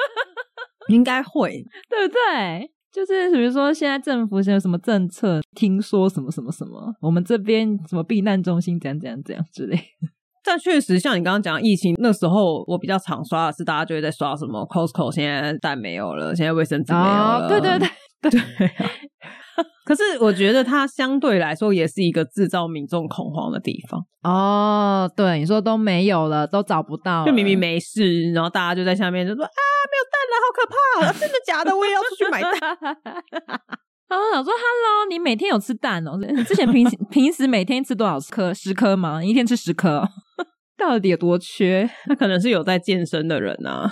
[laughs]
应该会
对不对？就是比如说现在政府现在有什么政策，听说什么什么什么，我们这边什么避难中心怎样怎样怎样之类。
但确实，像你刚刚讲疫情那时候，我比较常刷的是大家就会在刷什么 Costco 现在蛋没有了，现在卫生纸没有了。
哦对
[laughs]
对对。，
可是我觉得它相对来说也是一个制造民众恐慌的地方，
哦，对，你说都没有了，都找不到了，
就明明没事，然后大家就在下面就说啊没有蛋了，好可怕、啊真的假的？我也要出去买蛋。 [laughs]
然哦后我想说，Hello，你每天有吃蛋哦？ [laughs] 你之前平时平时每天吃多少颗？十颗吗？你一天吃十颗、哦， [laughs] 到底有多缺？
那可能是有在健身的人啊，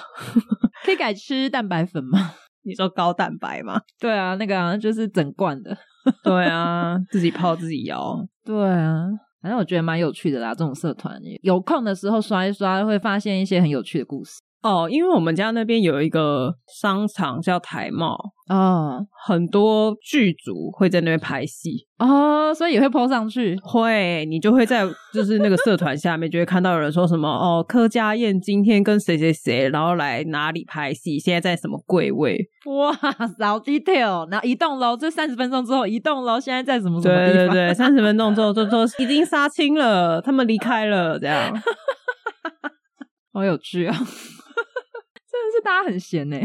可以改吃蛋白粉吗？
你说高蛋白吗？ [laughs]
对啊，那个、啊、就是整罐的。
对啊，自己泡自己摇。
对啊，反正我觉得蛮有趣的啦。这种社团有空的时候刷一刷，会发现一些很有趣的故事
哦，因为我们家那边有一个商场叫台茂，
哦
很多剧组会在那边拍戏。
哦，所以也会 PO 上去
会，你就会在就是那个社团下面就会看到有人说什么哦，柯佳燕今天跟谁谁谁，然后来哪里拍戏，现在在什么柜位，
哇，好 detail。然后一栋楼，这三十分钟之后，一栋楼现在在什么什么
对
地
对
方？
[laughs] 对，三十分钟之后就说已经杀青了，他们离开了，这样
[laughs] 好有趣啊！真的是大家很闲呢、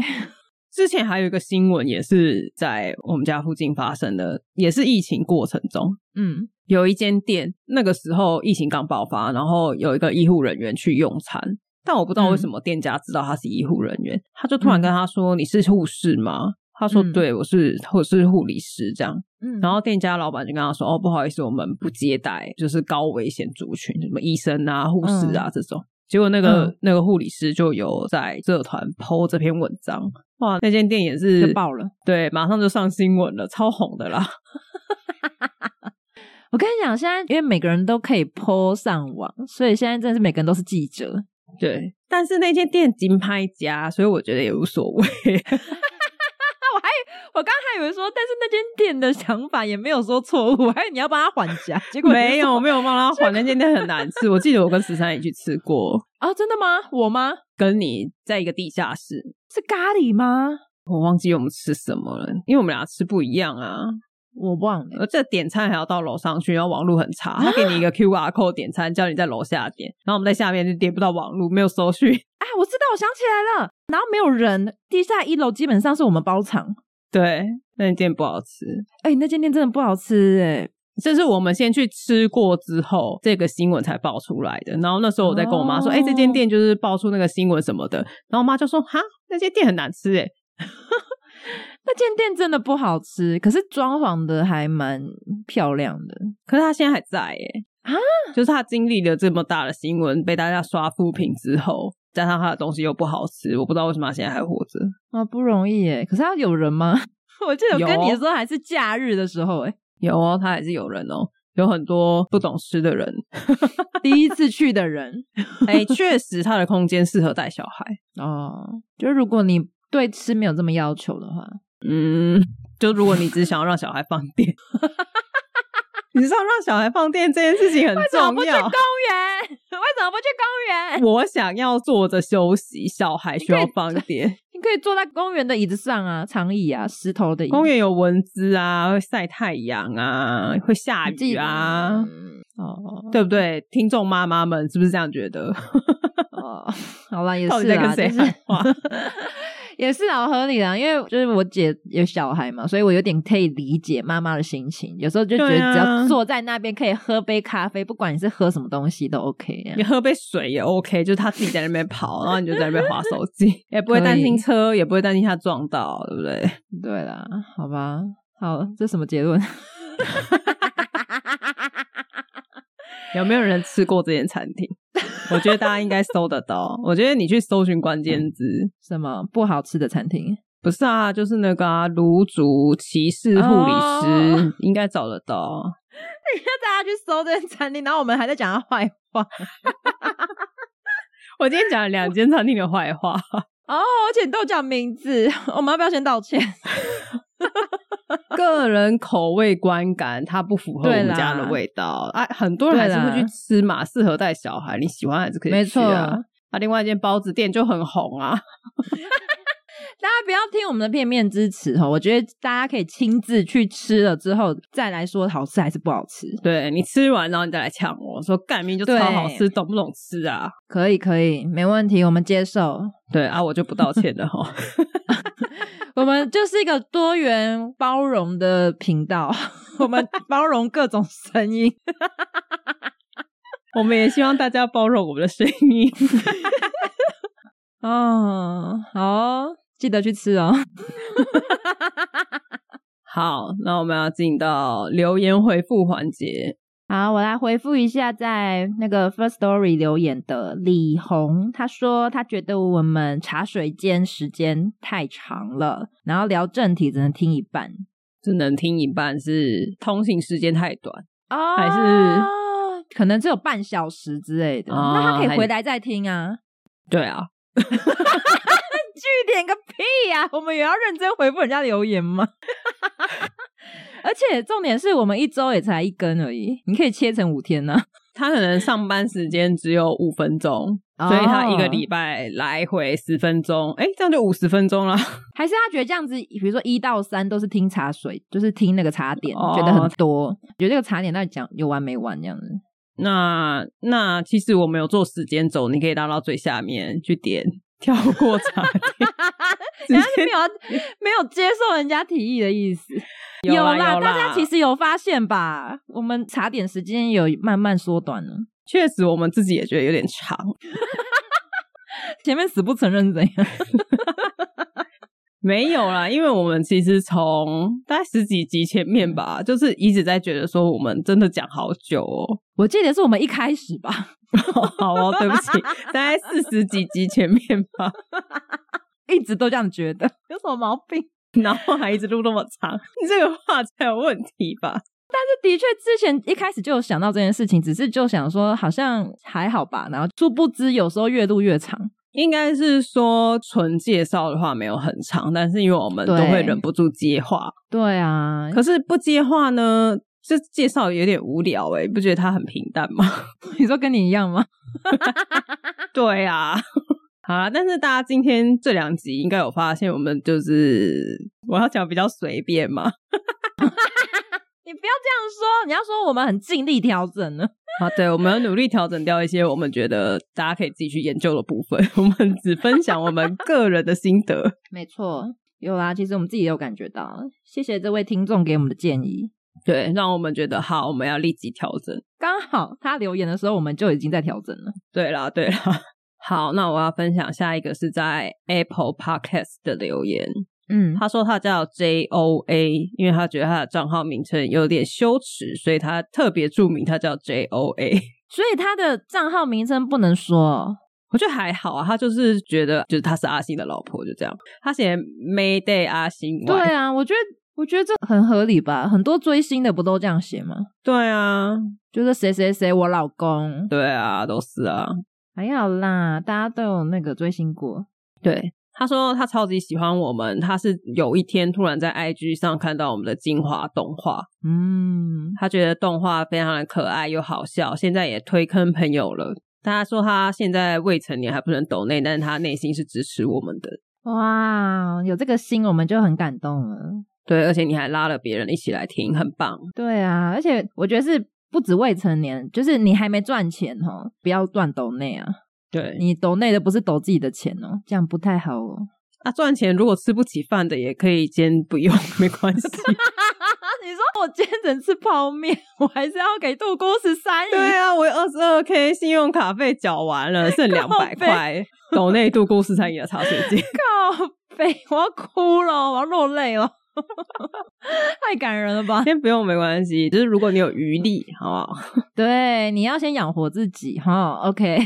之前还有一个新闻也是在我们家附近发生的，也是疫情过程中，
嗯，
有一间店，那个时候疫情刚爆发，然后有一个医护人员去用餐，但我
嗯
不知道为什么店家知道他是医护人员，他就突然跟他说：“你是护士吗？”他说：“
嗯
对，我是，我是护理师。”这样，
嗯
然后店家老板就跟他说：“哦，不好意思，我们不接待就是高危险族群，什么医生啊、护士啊、这种。”结果那个、
嗯
那个护理师就有在社团 PO 这篇文章，哇，那间店也是
就爆了。
对，马上就上新闻了，超红的啦。
我跟你讲，现在因为每个人都可以 PO 上网，所以现在真的是每个人都是记者。
对，但是那间店金拍家，所以我觉得也无所 [laughs] 谓。
我刚还以为说，但是那间店的想法也没有说错误， [laughs] 还有你要帮他还价，结果你就说
没有没有帮他还，那间店很难 [laughs] 吃。我记得我跟十三也去吃过，
啊？真的吗？我吗？
跟你在一个地下室，
是咖喱吗？
我忘记我们吃什么了，因为我们俩吃不一样啊。
我忘了。
而且点餐还要到楼上去，然后网络很 [laughs] 差，他给你一个 QR code 点餐，叫你在楼下点，然后我们在下面就点不到网络，没有搜讯。
啊，我知道，我想起来了。然后没有人，地下一楼基本上是我们包场。
对，那间店不好吃。
哎、那间店真的不好吃哎、
这是我们先去吃过之后，这个新闻才爆出来的。然后那时候我在跟我妈说：“
哦
哎、这间店就是爆出那个新闻什么的。”然后我妈就说：“哈，那间店很难吃。”哎，
那间店真的不好吃，可是装潢的还蛮漂亮的。
可是他现在还在哎
啊！
就是他经历了这么大的新闻，被大家刷负评之后，加上他的东西又不好吃，我不知道为什么他现在还活着。
[laughs] 啊，不容易耶！可是他有人吗？我记得我跟 [laughs]
有哦
你说还是假日的时候，哎，
有哦，他还是有人哦，有很多不懂吃的人。 [laughs]
第一次去的 [laughs] 人
哎，确实他的空间适合带小孩。
哦，就是如果你对吃没有这么要求的话，
嗯，就如果你只想要让小孩放电， [laughs] 你知道让小孩放电这件事情很
为什么不
重
去
要
公。园？ [laughs] 为什么不去公园？
我想要坐着休息，小孩需要放电。
[laughs]
[laughs]
你可以坐在公园的椅子上啊，长椅啊，石头的椅子。
公园有蚊子啊，会晒太阳啊，会下
你自己
雨啊，
嗯哦，
对不对？听众妈妈们是不是这样觉得？
哦，好 [laughs] 啦，也
到
是
底在
啦，
跟谁
就
喊
是
话？
[laughs] 也是啊，合理啦，因为就是我姐有小孩嘛，所以我有点可以理解妈妈的心情。有时候就觉得
对啊
只要坐在那边可以喝杯咖啡，不管你是喝什么东西都 OK 啊 [laughs]
你。喝杯水也 OK，就是他自己在那边跑，然后你就在那边划手机， [laughs] 也不会
可以
担心车，也不会担心他撞到，对不对？
对啦，好吧，好，这什么结论？ [laughs]
有没有人吃过这间餐厅？ [laughs] 我觉得大家应该搜得到。我觉得你去搜寻关键字，
什么不好吃的餐厅？
不是啊，就是那个啊，卢竹骑士护理师，
哦
应该找得到。
大家去搜这间餐厅，然后我们还在讲他坏话。
我今天讲了两间餐厅的坏话，
哦，而且你都讲名字， [laughs] 我们要不要先道歉？
[laughs] 个人口味观感它不符合我
对
们
啦
家的味道，啊，很多人还是会去吃嘛，适合带小孩，你喜欢还是可以去啊。
没错
啊，另外一间包子店就很红 [laughs] 啊，
大家不要听我们的片面之词哦，我觉得大家可以亲自去吃了之后再来说好吃还是不好吃。
对你吃完然后你再来呛我说干面就超好吃，懂不懂吃啊？
可以，可以，没问题，我们接受。 [laughs]
对啊，我就不道歉了哈。
我们就是一个多元包容的频道， [laughs] 我们包容各种声音。
我们也希望大家包容我们的声音。 [laughs]
哦，好哦记得去吃哦。
好，那我们要进到留言回复环节。
好，我来回复一下在那个 First Story 留言的李红，他说他觉得我们茶水间时间太长了，然后聊正题只能听一半
只能听一半，是通行时间太短。
哦
还是
可能只有半小时之类的，
哦
那他可
还
以回来再听 [laughs] 啊。
对啊，
据点个屁呀、我们也要认真回复人家留言吗？ [laughs] 而且重点是我们一周也才一根而已，你可以切成五天呢、
他可能上班时间只有五分钟，
哦
所以他一个礼拜来回十分钟，哎、这样就五十分钟了。
还是他觉得这样子，比如说一到三都是听茶水，就是听那个茶点，
哦
觉得很多，觉得这个茶点到底讲有完没完这样子。
那那其实我们有做时间轴，你可以拉到最下面去点，跳
[laughs]
过 [laughs] 茶点直
人家是
接
没有要没有接受人家提议的意思，
有啦
啦，
有啦
大家其实有发现吧？我们茶点时间有慢慢缩短了，
确实我们自己也觉得有点长。
前面死不承认是怎样？ [laughs]
[laughs] 没有啦，因为我们其实从大概十几集前面吧，就是一直在觉得说我们真的讲好久哦。 [laughs]
我记得是我们一开始吧，
好哦，对不起，大概四十几集前面吧， [laughs]
一直都这样觉得，有什么毛病？
然后还一直录那么长，你这个话才有问题吧？
这的确之前一开始就有想到这件事情，只是就想说好像还好吧，然后殊不知有时候越录越长。
应该是说纯介绍的话没有很长，但是因为我们都
对
会忍不住接话，
对啊，
可是不接话呢，这介绍有点无聊欸诶、你不觉得它很平淡吗？
[laughs] 你说跟你一样吗？
对啊， [laughs] 好啦，但是大家今天这两集应该有发现，我们就是我要讲比较随便嘛。
你不要这样说，你要说我们很尽力调整呢。
啊，对，我们要努力调整掉一些我们觉得大家可以自己去研究的部分，我们只分享我们个人的心得。
没错，有啦，其实我们自己也有感觉到，谢谢这位听众给我们的建议。
对，让我们觉得好，我们要立即调整。
刚好他留言的时候，我们就已经在调整了。
对啦，对啦。好，那我要分享下一个是在 Apple Podcast 的留言，
嗯
他说他叫 J O A，因为他觉得他的账号名称有点羞耻，所以他特别注明他叫 J O A。
所以他的账号名称不能说。
我觉得还好啊，他就是觉得就是他是阿星的老婆，就这样。他写 Mayday 阿星，
对，啊，我觉得我觉得这很合理吧？很多追星的不都这样写吗？
对啊，
就是谁谁谁，我老公，
对啊，都是啊。
还好啦，大家都有那个追星过。
对，他说他超级喜欢我们，他是有一天突然在 IG 上看到我们的精华动画，
嗯，
他觉得动画非常的可爱又好笑，现在也推坑朋友了。他说他现在未成年还不能抖内，但是他内心是支持我们的。
哇，有这个心我们就很感动了。
对，而且你还拉了别人一起来听，很棒。
对啊，而且我觉得是不止未成年，就是你还没赚钱哦，不要乱抖内啊。
对
你抖内的不是抖自己的钱哦，这样不太好哦。
啊，赚钱如果吃不起饭的，也可以先不用， [laughs] 没关系。
啊你说我今天只吃泡面， [laughs] 我还是要给杜姑十三
[laughs] 对啊，我二十二 k 信用卡费缴完 [laughs] 了，剩两百块，抖内度公司餐饮的茶水间。
靠背，我要哭了，我要落泪了， [laughs] 太感人了吧？
先 [laughs] 不用没关系，就是如果你有余力，好不好？
[laughs] 对，你要先养活自己哈。OK，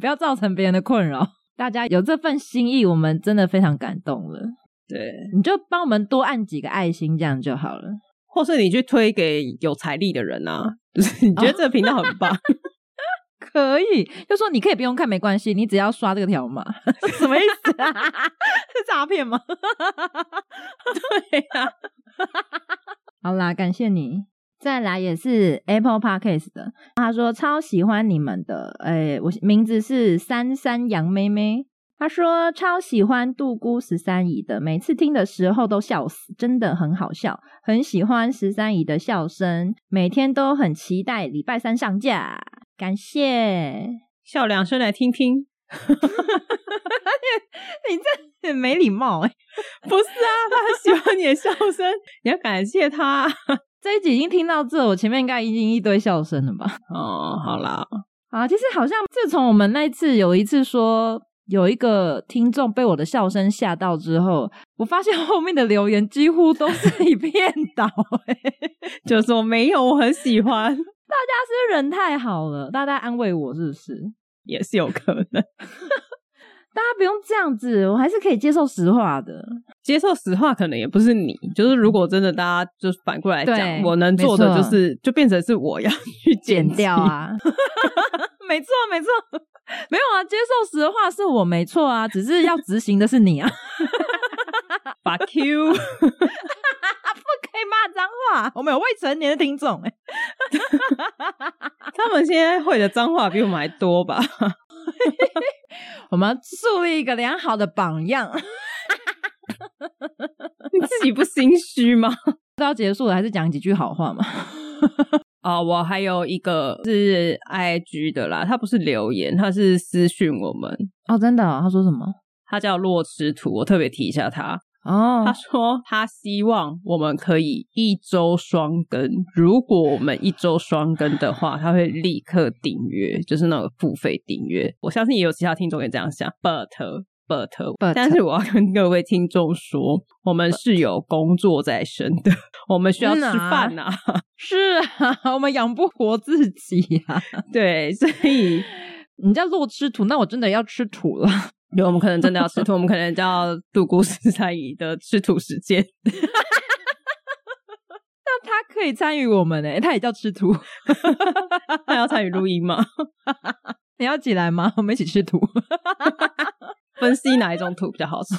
不 [laughs] 要造成别人的困扰。大家有这份心意，我们真的非常感动了。
对，
你就帮我们多按几个爱心，这样就好了。
或是你去推给有财力的人啊，就是你觉得这个频道很棒， [laughs]
可以，就说你可以不用看，没关系，你只要刷这个条码，什么意思
[laughs]
啊？是诈骗吗？
对啊，
好啦，感谢你。再来也是 Apple Podcast 的，他说超喜欢你们的，诶、我名字是三三杨妹妹。他说超喜欢杜姑十三姨的，每次听的时候都笑死，真的很好笑，很喜欢十三姨的笑声，每天都很期待礼拜三上架。感谢，
笑两声来听听。
[laughs] 你这很没礼貌哎、
[laughs] 不是啊，他很喜欢你的笑声，你要感谢他。
这一集已经听到这，我前面应该已经一堆笑声了吧？
哦，好啦，
啊，其实好像自从我们那一次有一次说有一个听众被我的笑声吓到之后，我发现后面的留言几乎都是一片倒、 [laughs] 欸，
就说没有，我很喜欢，
大家是不是人太好了，大家安慰我是不是？
也是有可能
大家不用这样子，我还是可以接受实话的。
接受实话，可能也不是你，就是如果真的大家就是反过来讲，
对
我能做的
没
就
错
是就变成是我要去
剪
辑
掉，啊。 [laughs] 没错，没错，没有啊，接受实话是我没错啊，只是要执行的是你啊， [laughs]
把 Q [laughs]
不可以骂脏话，我们有未成年的听众哎、
他们现在会的脏话比我们还多吧？ [laughs]
我们要树立一个良好的榜样。
你自己不心虚吗？
都要结束了，还是讲几句好话嘛？
啊、我还有一个是 IG 的啦，他不是留言，他是私讯我们，
哦，真的哦、他说什么？
他叫洛吃图，我特别提一下他。
哦
他，说他希望我们可以一周双更，如果我们一周双更的话，他会立刻订阅，就是那个付费订阅。我相信也有其他听众也这样想，but。but,
But
但是我要跟各位听众说，我们是有工作在身的，我们需要吃
嗯啊
饭呐、
是啊， [laughs] 我们养不活自己啊。
[laughs] 对，所以
你叫做吃土，那我真的要吃土了。 [laughs]
对，我们可能真的要吃土，我们可能叫杜姑十三姨的吃土时间。 [laughs]
那他可以参与我们呢、他也叫吃土。 [laughs]
那要参与录音吗？
你要起来吗？我 [laughs] 们一起吃土。
分析哪一种土比较好吃，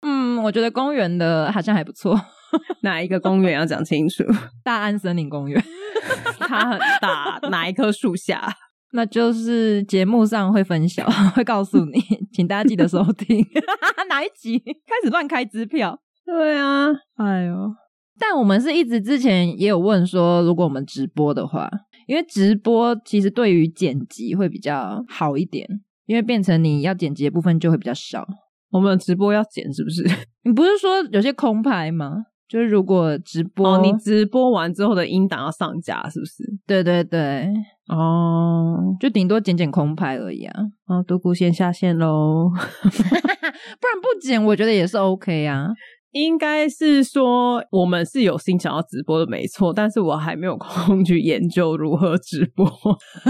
嗯，我觉得公园的好像还不错， [laughs]
哪一个公园要讲清楚。
大安森林公园， [laughs]
它很大，哪一棵树下？
那就是节目上会分享， [laughs] 会告诉你，请大家记得收听 [laughs] 哪一集。 [laughs] 开始乱开支票。
[laughs] 对啊，
哎呦！但我们是一直之前也有问说，如果我们直播的话，因为直播其实对于剪辑会比较好一点，因为变成你要剪辑的部分就会比较少。
我们直播要剪是不是？
你不是说有些空拍吗？就是如果直播，
哦，你直播完之后的音档要上架是不是？
对对对，
哦，
就顶多剪剪空拍而已啊，
啊，独孤先下线喽。
不然不剪我觉得也是 OK 啊。
[laughs] 应该是说我们是有心想要直播的，没错，但是我还没有空去研究如何直播。 [laughs]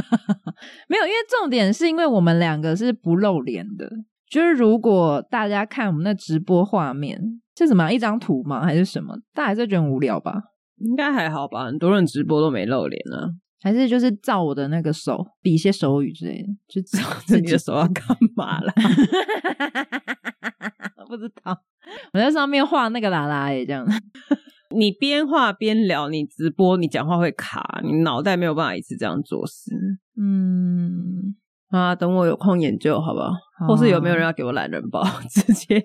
没有，因为重点是因为我们两个是不露脸的，就是如果大家看我们的直播画面，是什么啊一张图吗？还是什么？大家还是觉得很无聊吧？
应该还好吧？很多人直播都没露脸啊，
还是就是照我的那个手，比一些手语之类的，就照
这
自
你
己
的手啊要干嘛 [laughs] 啦？
不知道。我在上面画那个啦啦耶，这样。 [laughs]
你边画边聊，你直播你讲话会卡，你脑袋没有办法一次这样做事
嗯，
啊。等我有空研究好不好？或是有没有人要给我懒人包， [laughs] 直接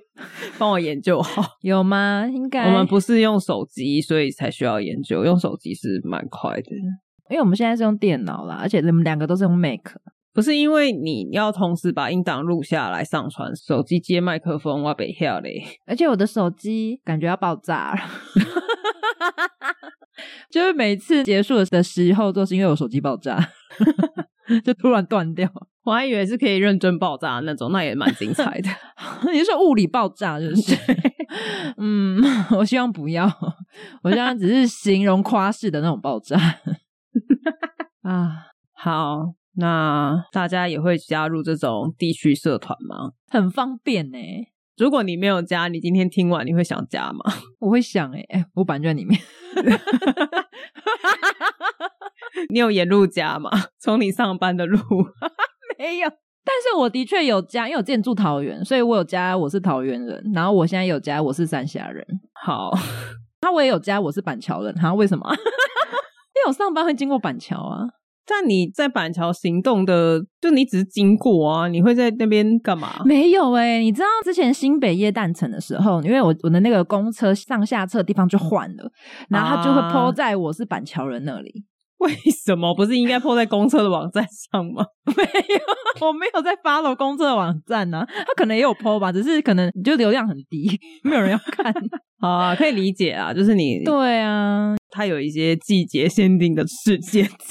帮我研究好？
有吗？应该
我们，不是用手机，所以才需要研究，用手机是蛮快的。
因为我们现在是用电脑啦，而且你们两个都是用 Mac。
不是因为你要同时把音档录下来上传，手机接麦克风，我北跳嘞。
而且我的手机感觉要爆炸了， [laughs] 就是每次结束的时候都是因为我手机爆炸， [laughs] 就突然断掉。
我还以为是可以认真爆炸的那种，那也蛮精彩的。 [laughs]
[laughs] 你是说物理爆炸，就是 [laughs] 嗯， [laughs] 我希望不要，我希望只是形容夸饰的那种爆炸 [laughs] 啊，
好，那大家也会加入这种地区社团吗？
很方便呢、
如果你没有加，你今天听完你会想加吗？ [laughs]
我会想哎、哎、我本来就在里面，
你有沿路加吗？ [laughs] 从你上班的路， [laughs]
没有。但是我的确有加，因为我之前住桃园，所以我有加我是桃园人，然后我现在有加我是三峡人，
好，
他我也有加我是板桥人，哈，为什么？ [laughs] 因为我上班会经过板桥啊，
但你在板桥行动的，就你只是经过啊，你会在那边干嘛？ [laughs]
没有哎、你知道之前新北夜诞城的时候，因为我我的那个公车上下车的地方就换了，然后他就会
啊
抛在我是板桥人那里。 [laughs]
为什么不是应该 po 在公车的网站上吗？ [laughs]
没有，我没有在 follow 公车网站呢、他可能也有抛吧，只是可能就流量很低，没有人要看。
好啊，可以理解啊，就是
[laughs]
你
对 [laughs] 啊，
它有一些季节限定的事件， [laughs]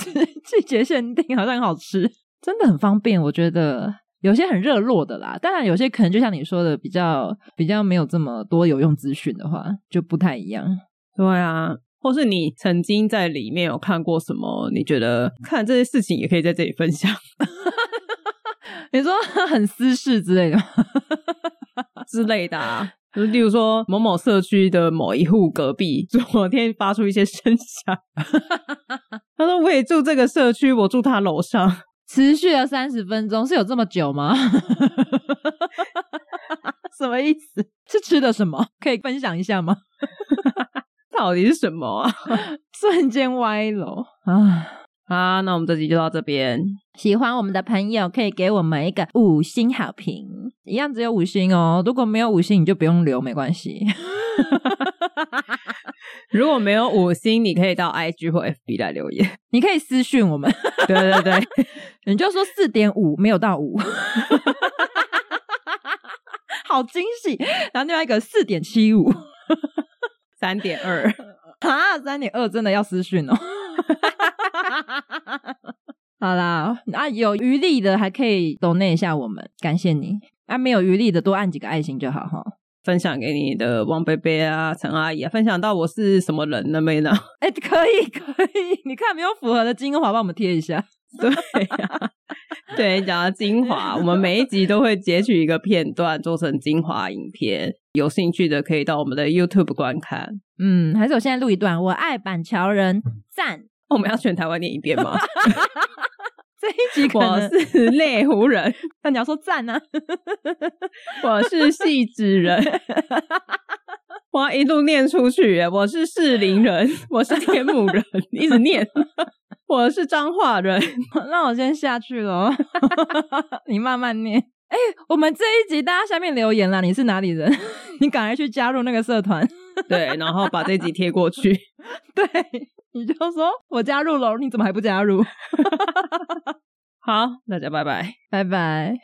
季节限定好像很好吃，真的很方便，我觉得。有些很热络的啦，当然有些可能就像你说的，比较比较没有这么多有用资讯的话，就不太一样。
对啊，或是你曾经在里面有看过什么？你觉得看这些事情也可以在这里分享
[laughs] 你说很私事之类的吗？
之类的啊。就例如说，某某社区的某一户隔壁昨天发出一些声响， [laughs] 他说我也住这个社区，我住他楼上，
持续了三十分钟，是有这么久吗？ [laughs] 什么意思？是吃的什么？可以分享一下吗？ [laughs]
到底是什么啊？
瞬间歪楼啊！
啊，那我们这集就到这边，
喜欢我们的朋友可以给我们一个五星好评，一样只有五星哦。如果没有五星，你就不用留，没关系。 [laughs]
如果没有五星，你可以到 IG 或 FB 来留言。
你可以私讯我们，
对对对，
你就说四点五没有到五， [laughs] 好惊喜。然后另外一个四点七五。
三点二，
啊，三点二真的要私
[laughs]
讯哦。好啦，啊有余力的还可以 donate 一下我们，感谢你。啊，没有余力的多按几个爱心就好哈。
分享给你的王贝贝啊、陈阿姨啊，分享到我是什么人了没呢？
哎、可以 [laughs] 可以，你看没有符合的金华帮我们贴一下。
对呀、 [laughs] 对，讲到精华，我们每一集都会截取一个片段做成精华影片，有兴趣的可以到我们的 YouTube 观看。
嗯，还是我现在录一段，我爱板桥人赞。
我们要全台湾念一遍吗？
这一集 [laughs] 可
我
能， [laughs]
是内湖人，
但你要说赞呢、啊，
我是戏子人， [laughs] 我要一路念出去耶。我是士林人，我是天母人，一直念。 [laughs] 我是彰化人， [laughs]
那我先下去喽， [laughs] 你慢慢念。哎、我们这一集大家下面留言啦，你是哪里人？ [laughs] 你赶快去加入那个社团。
对，然后把这集贴过去。
对，你就说我加入了，你怎么还不加入？
好，大家拜拜。
拜拜。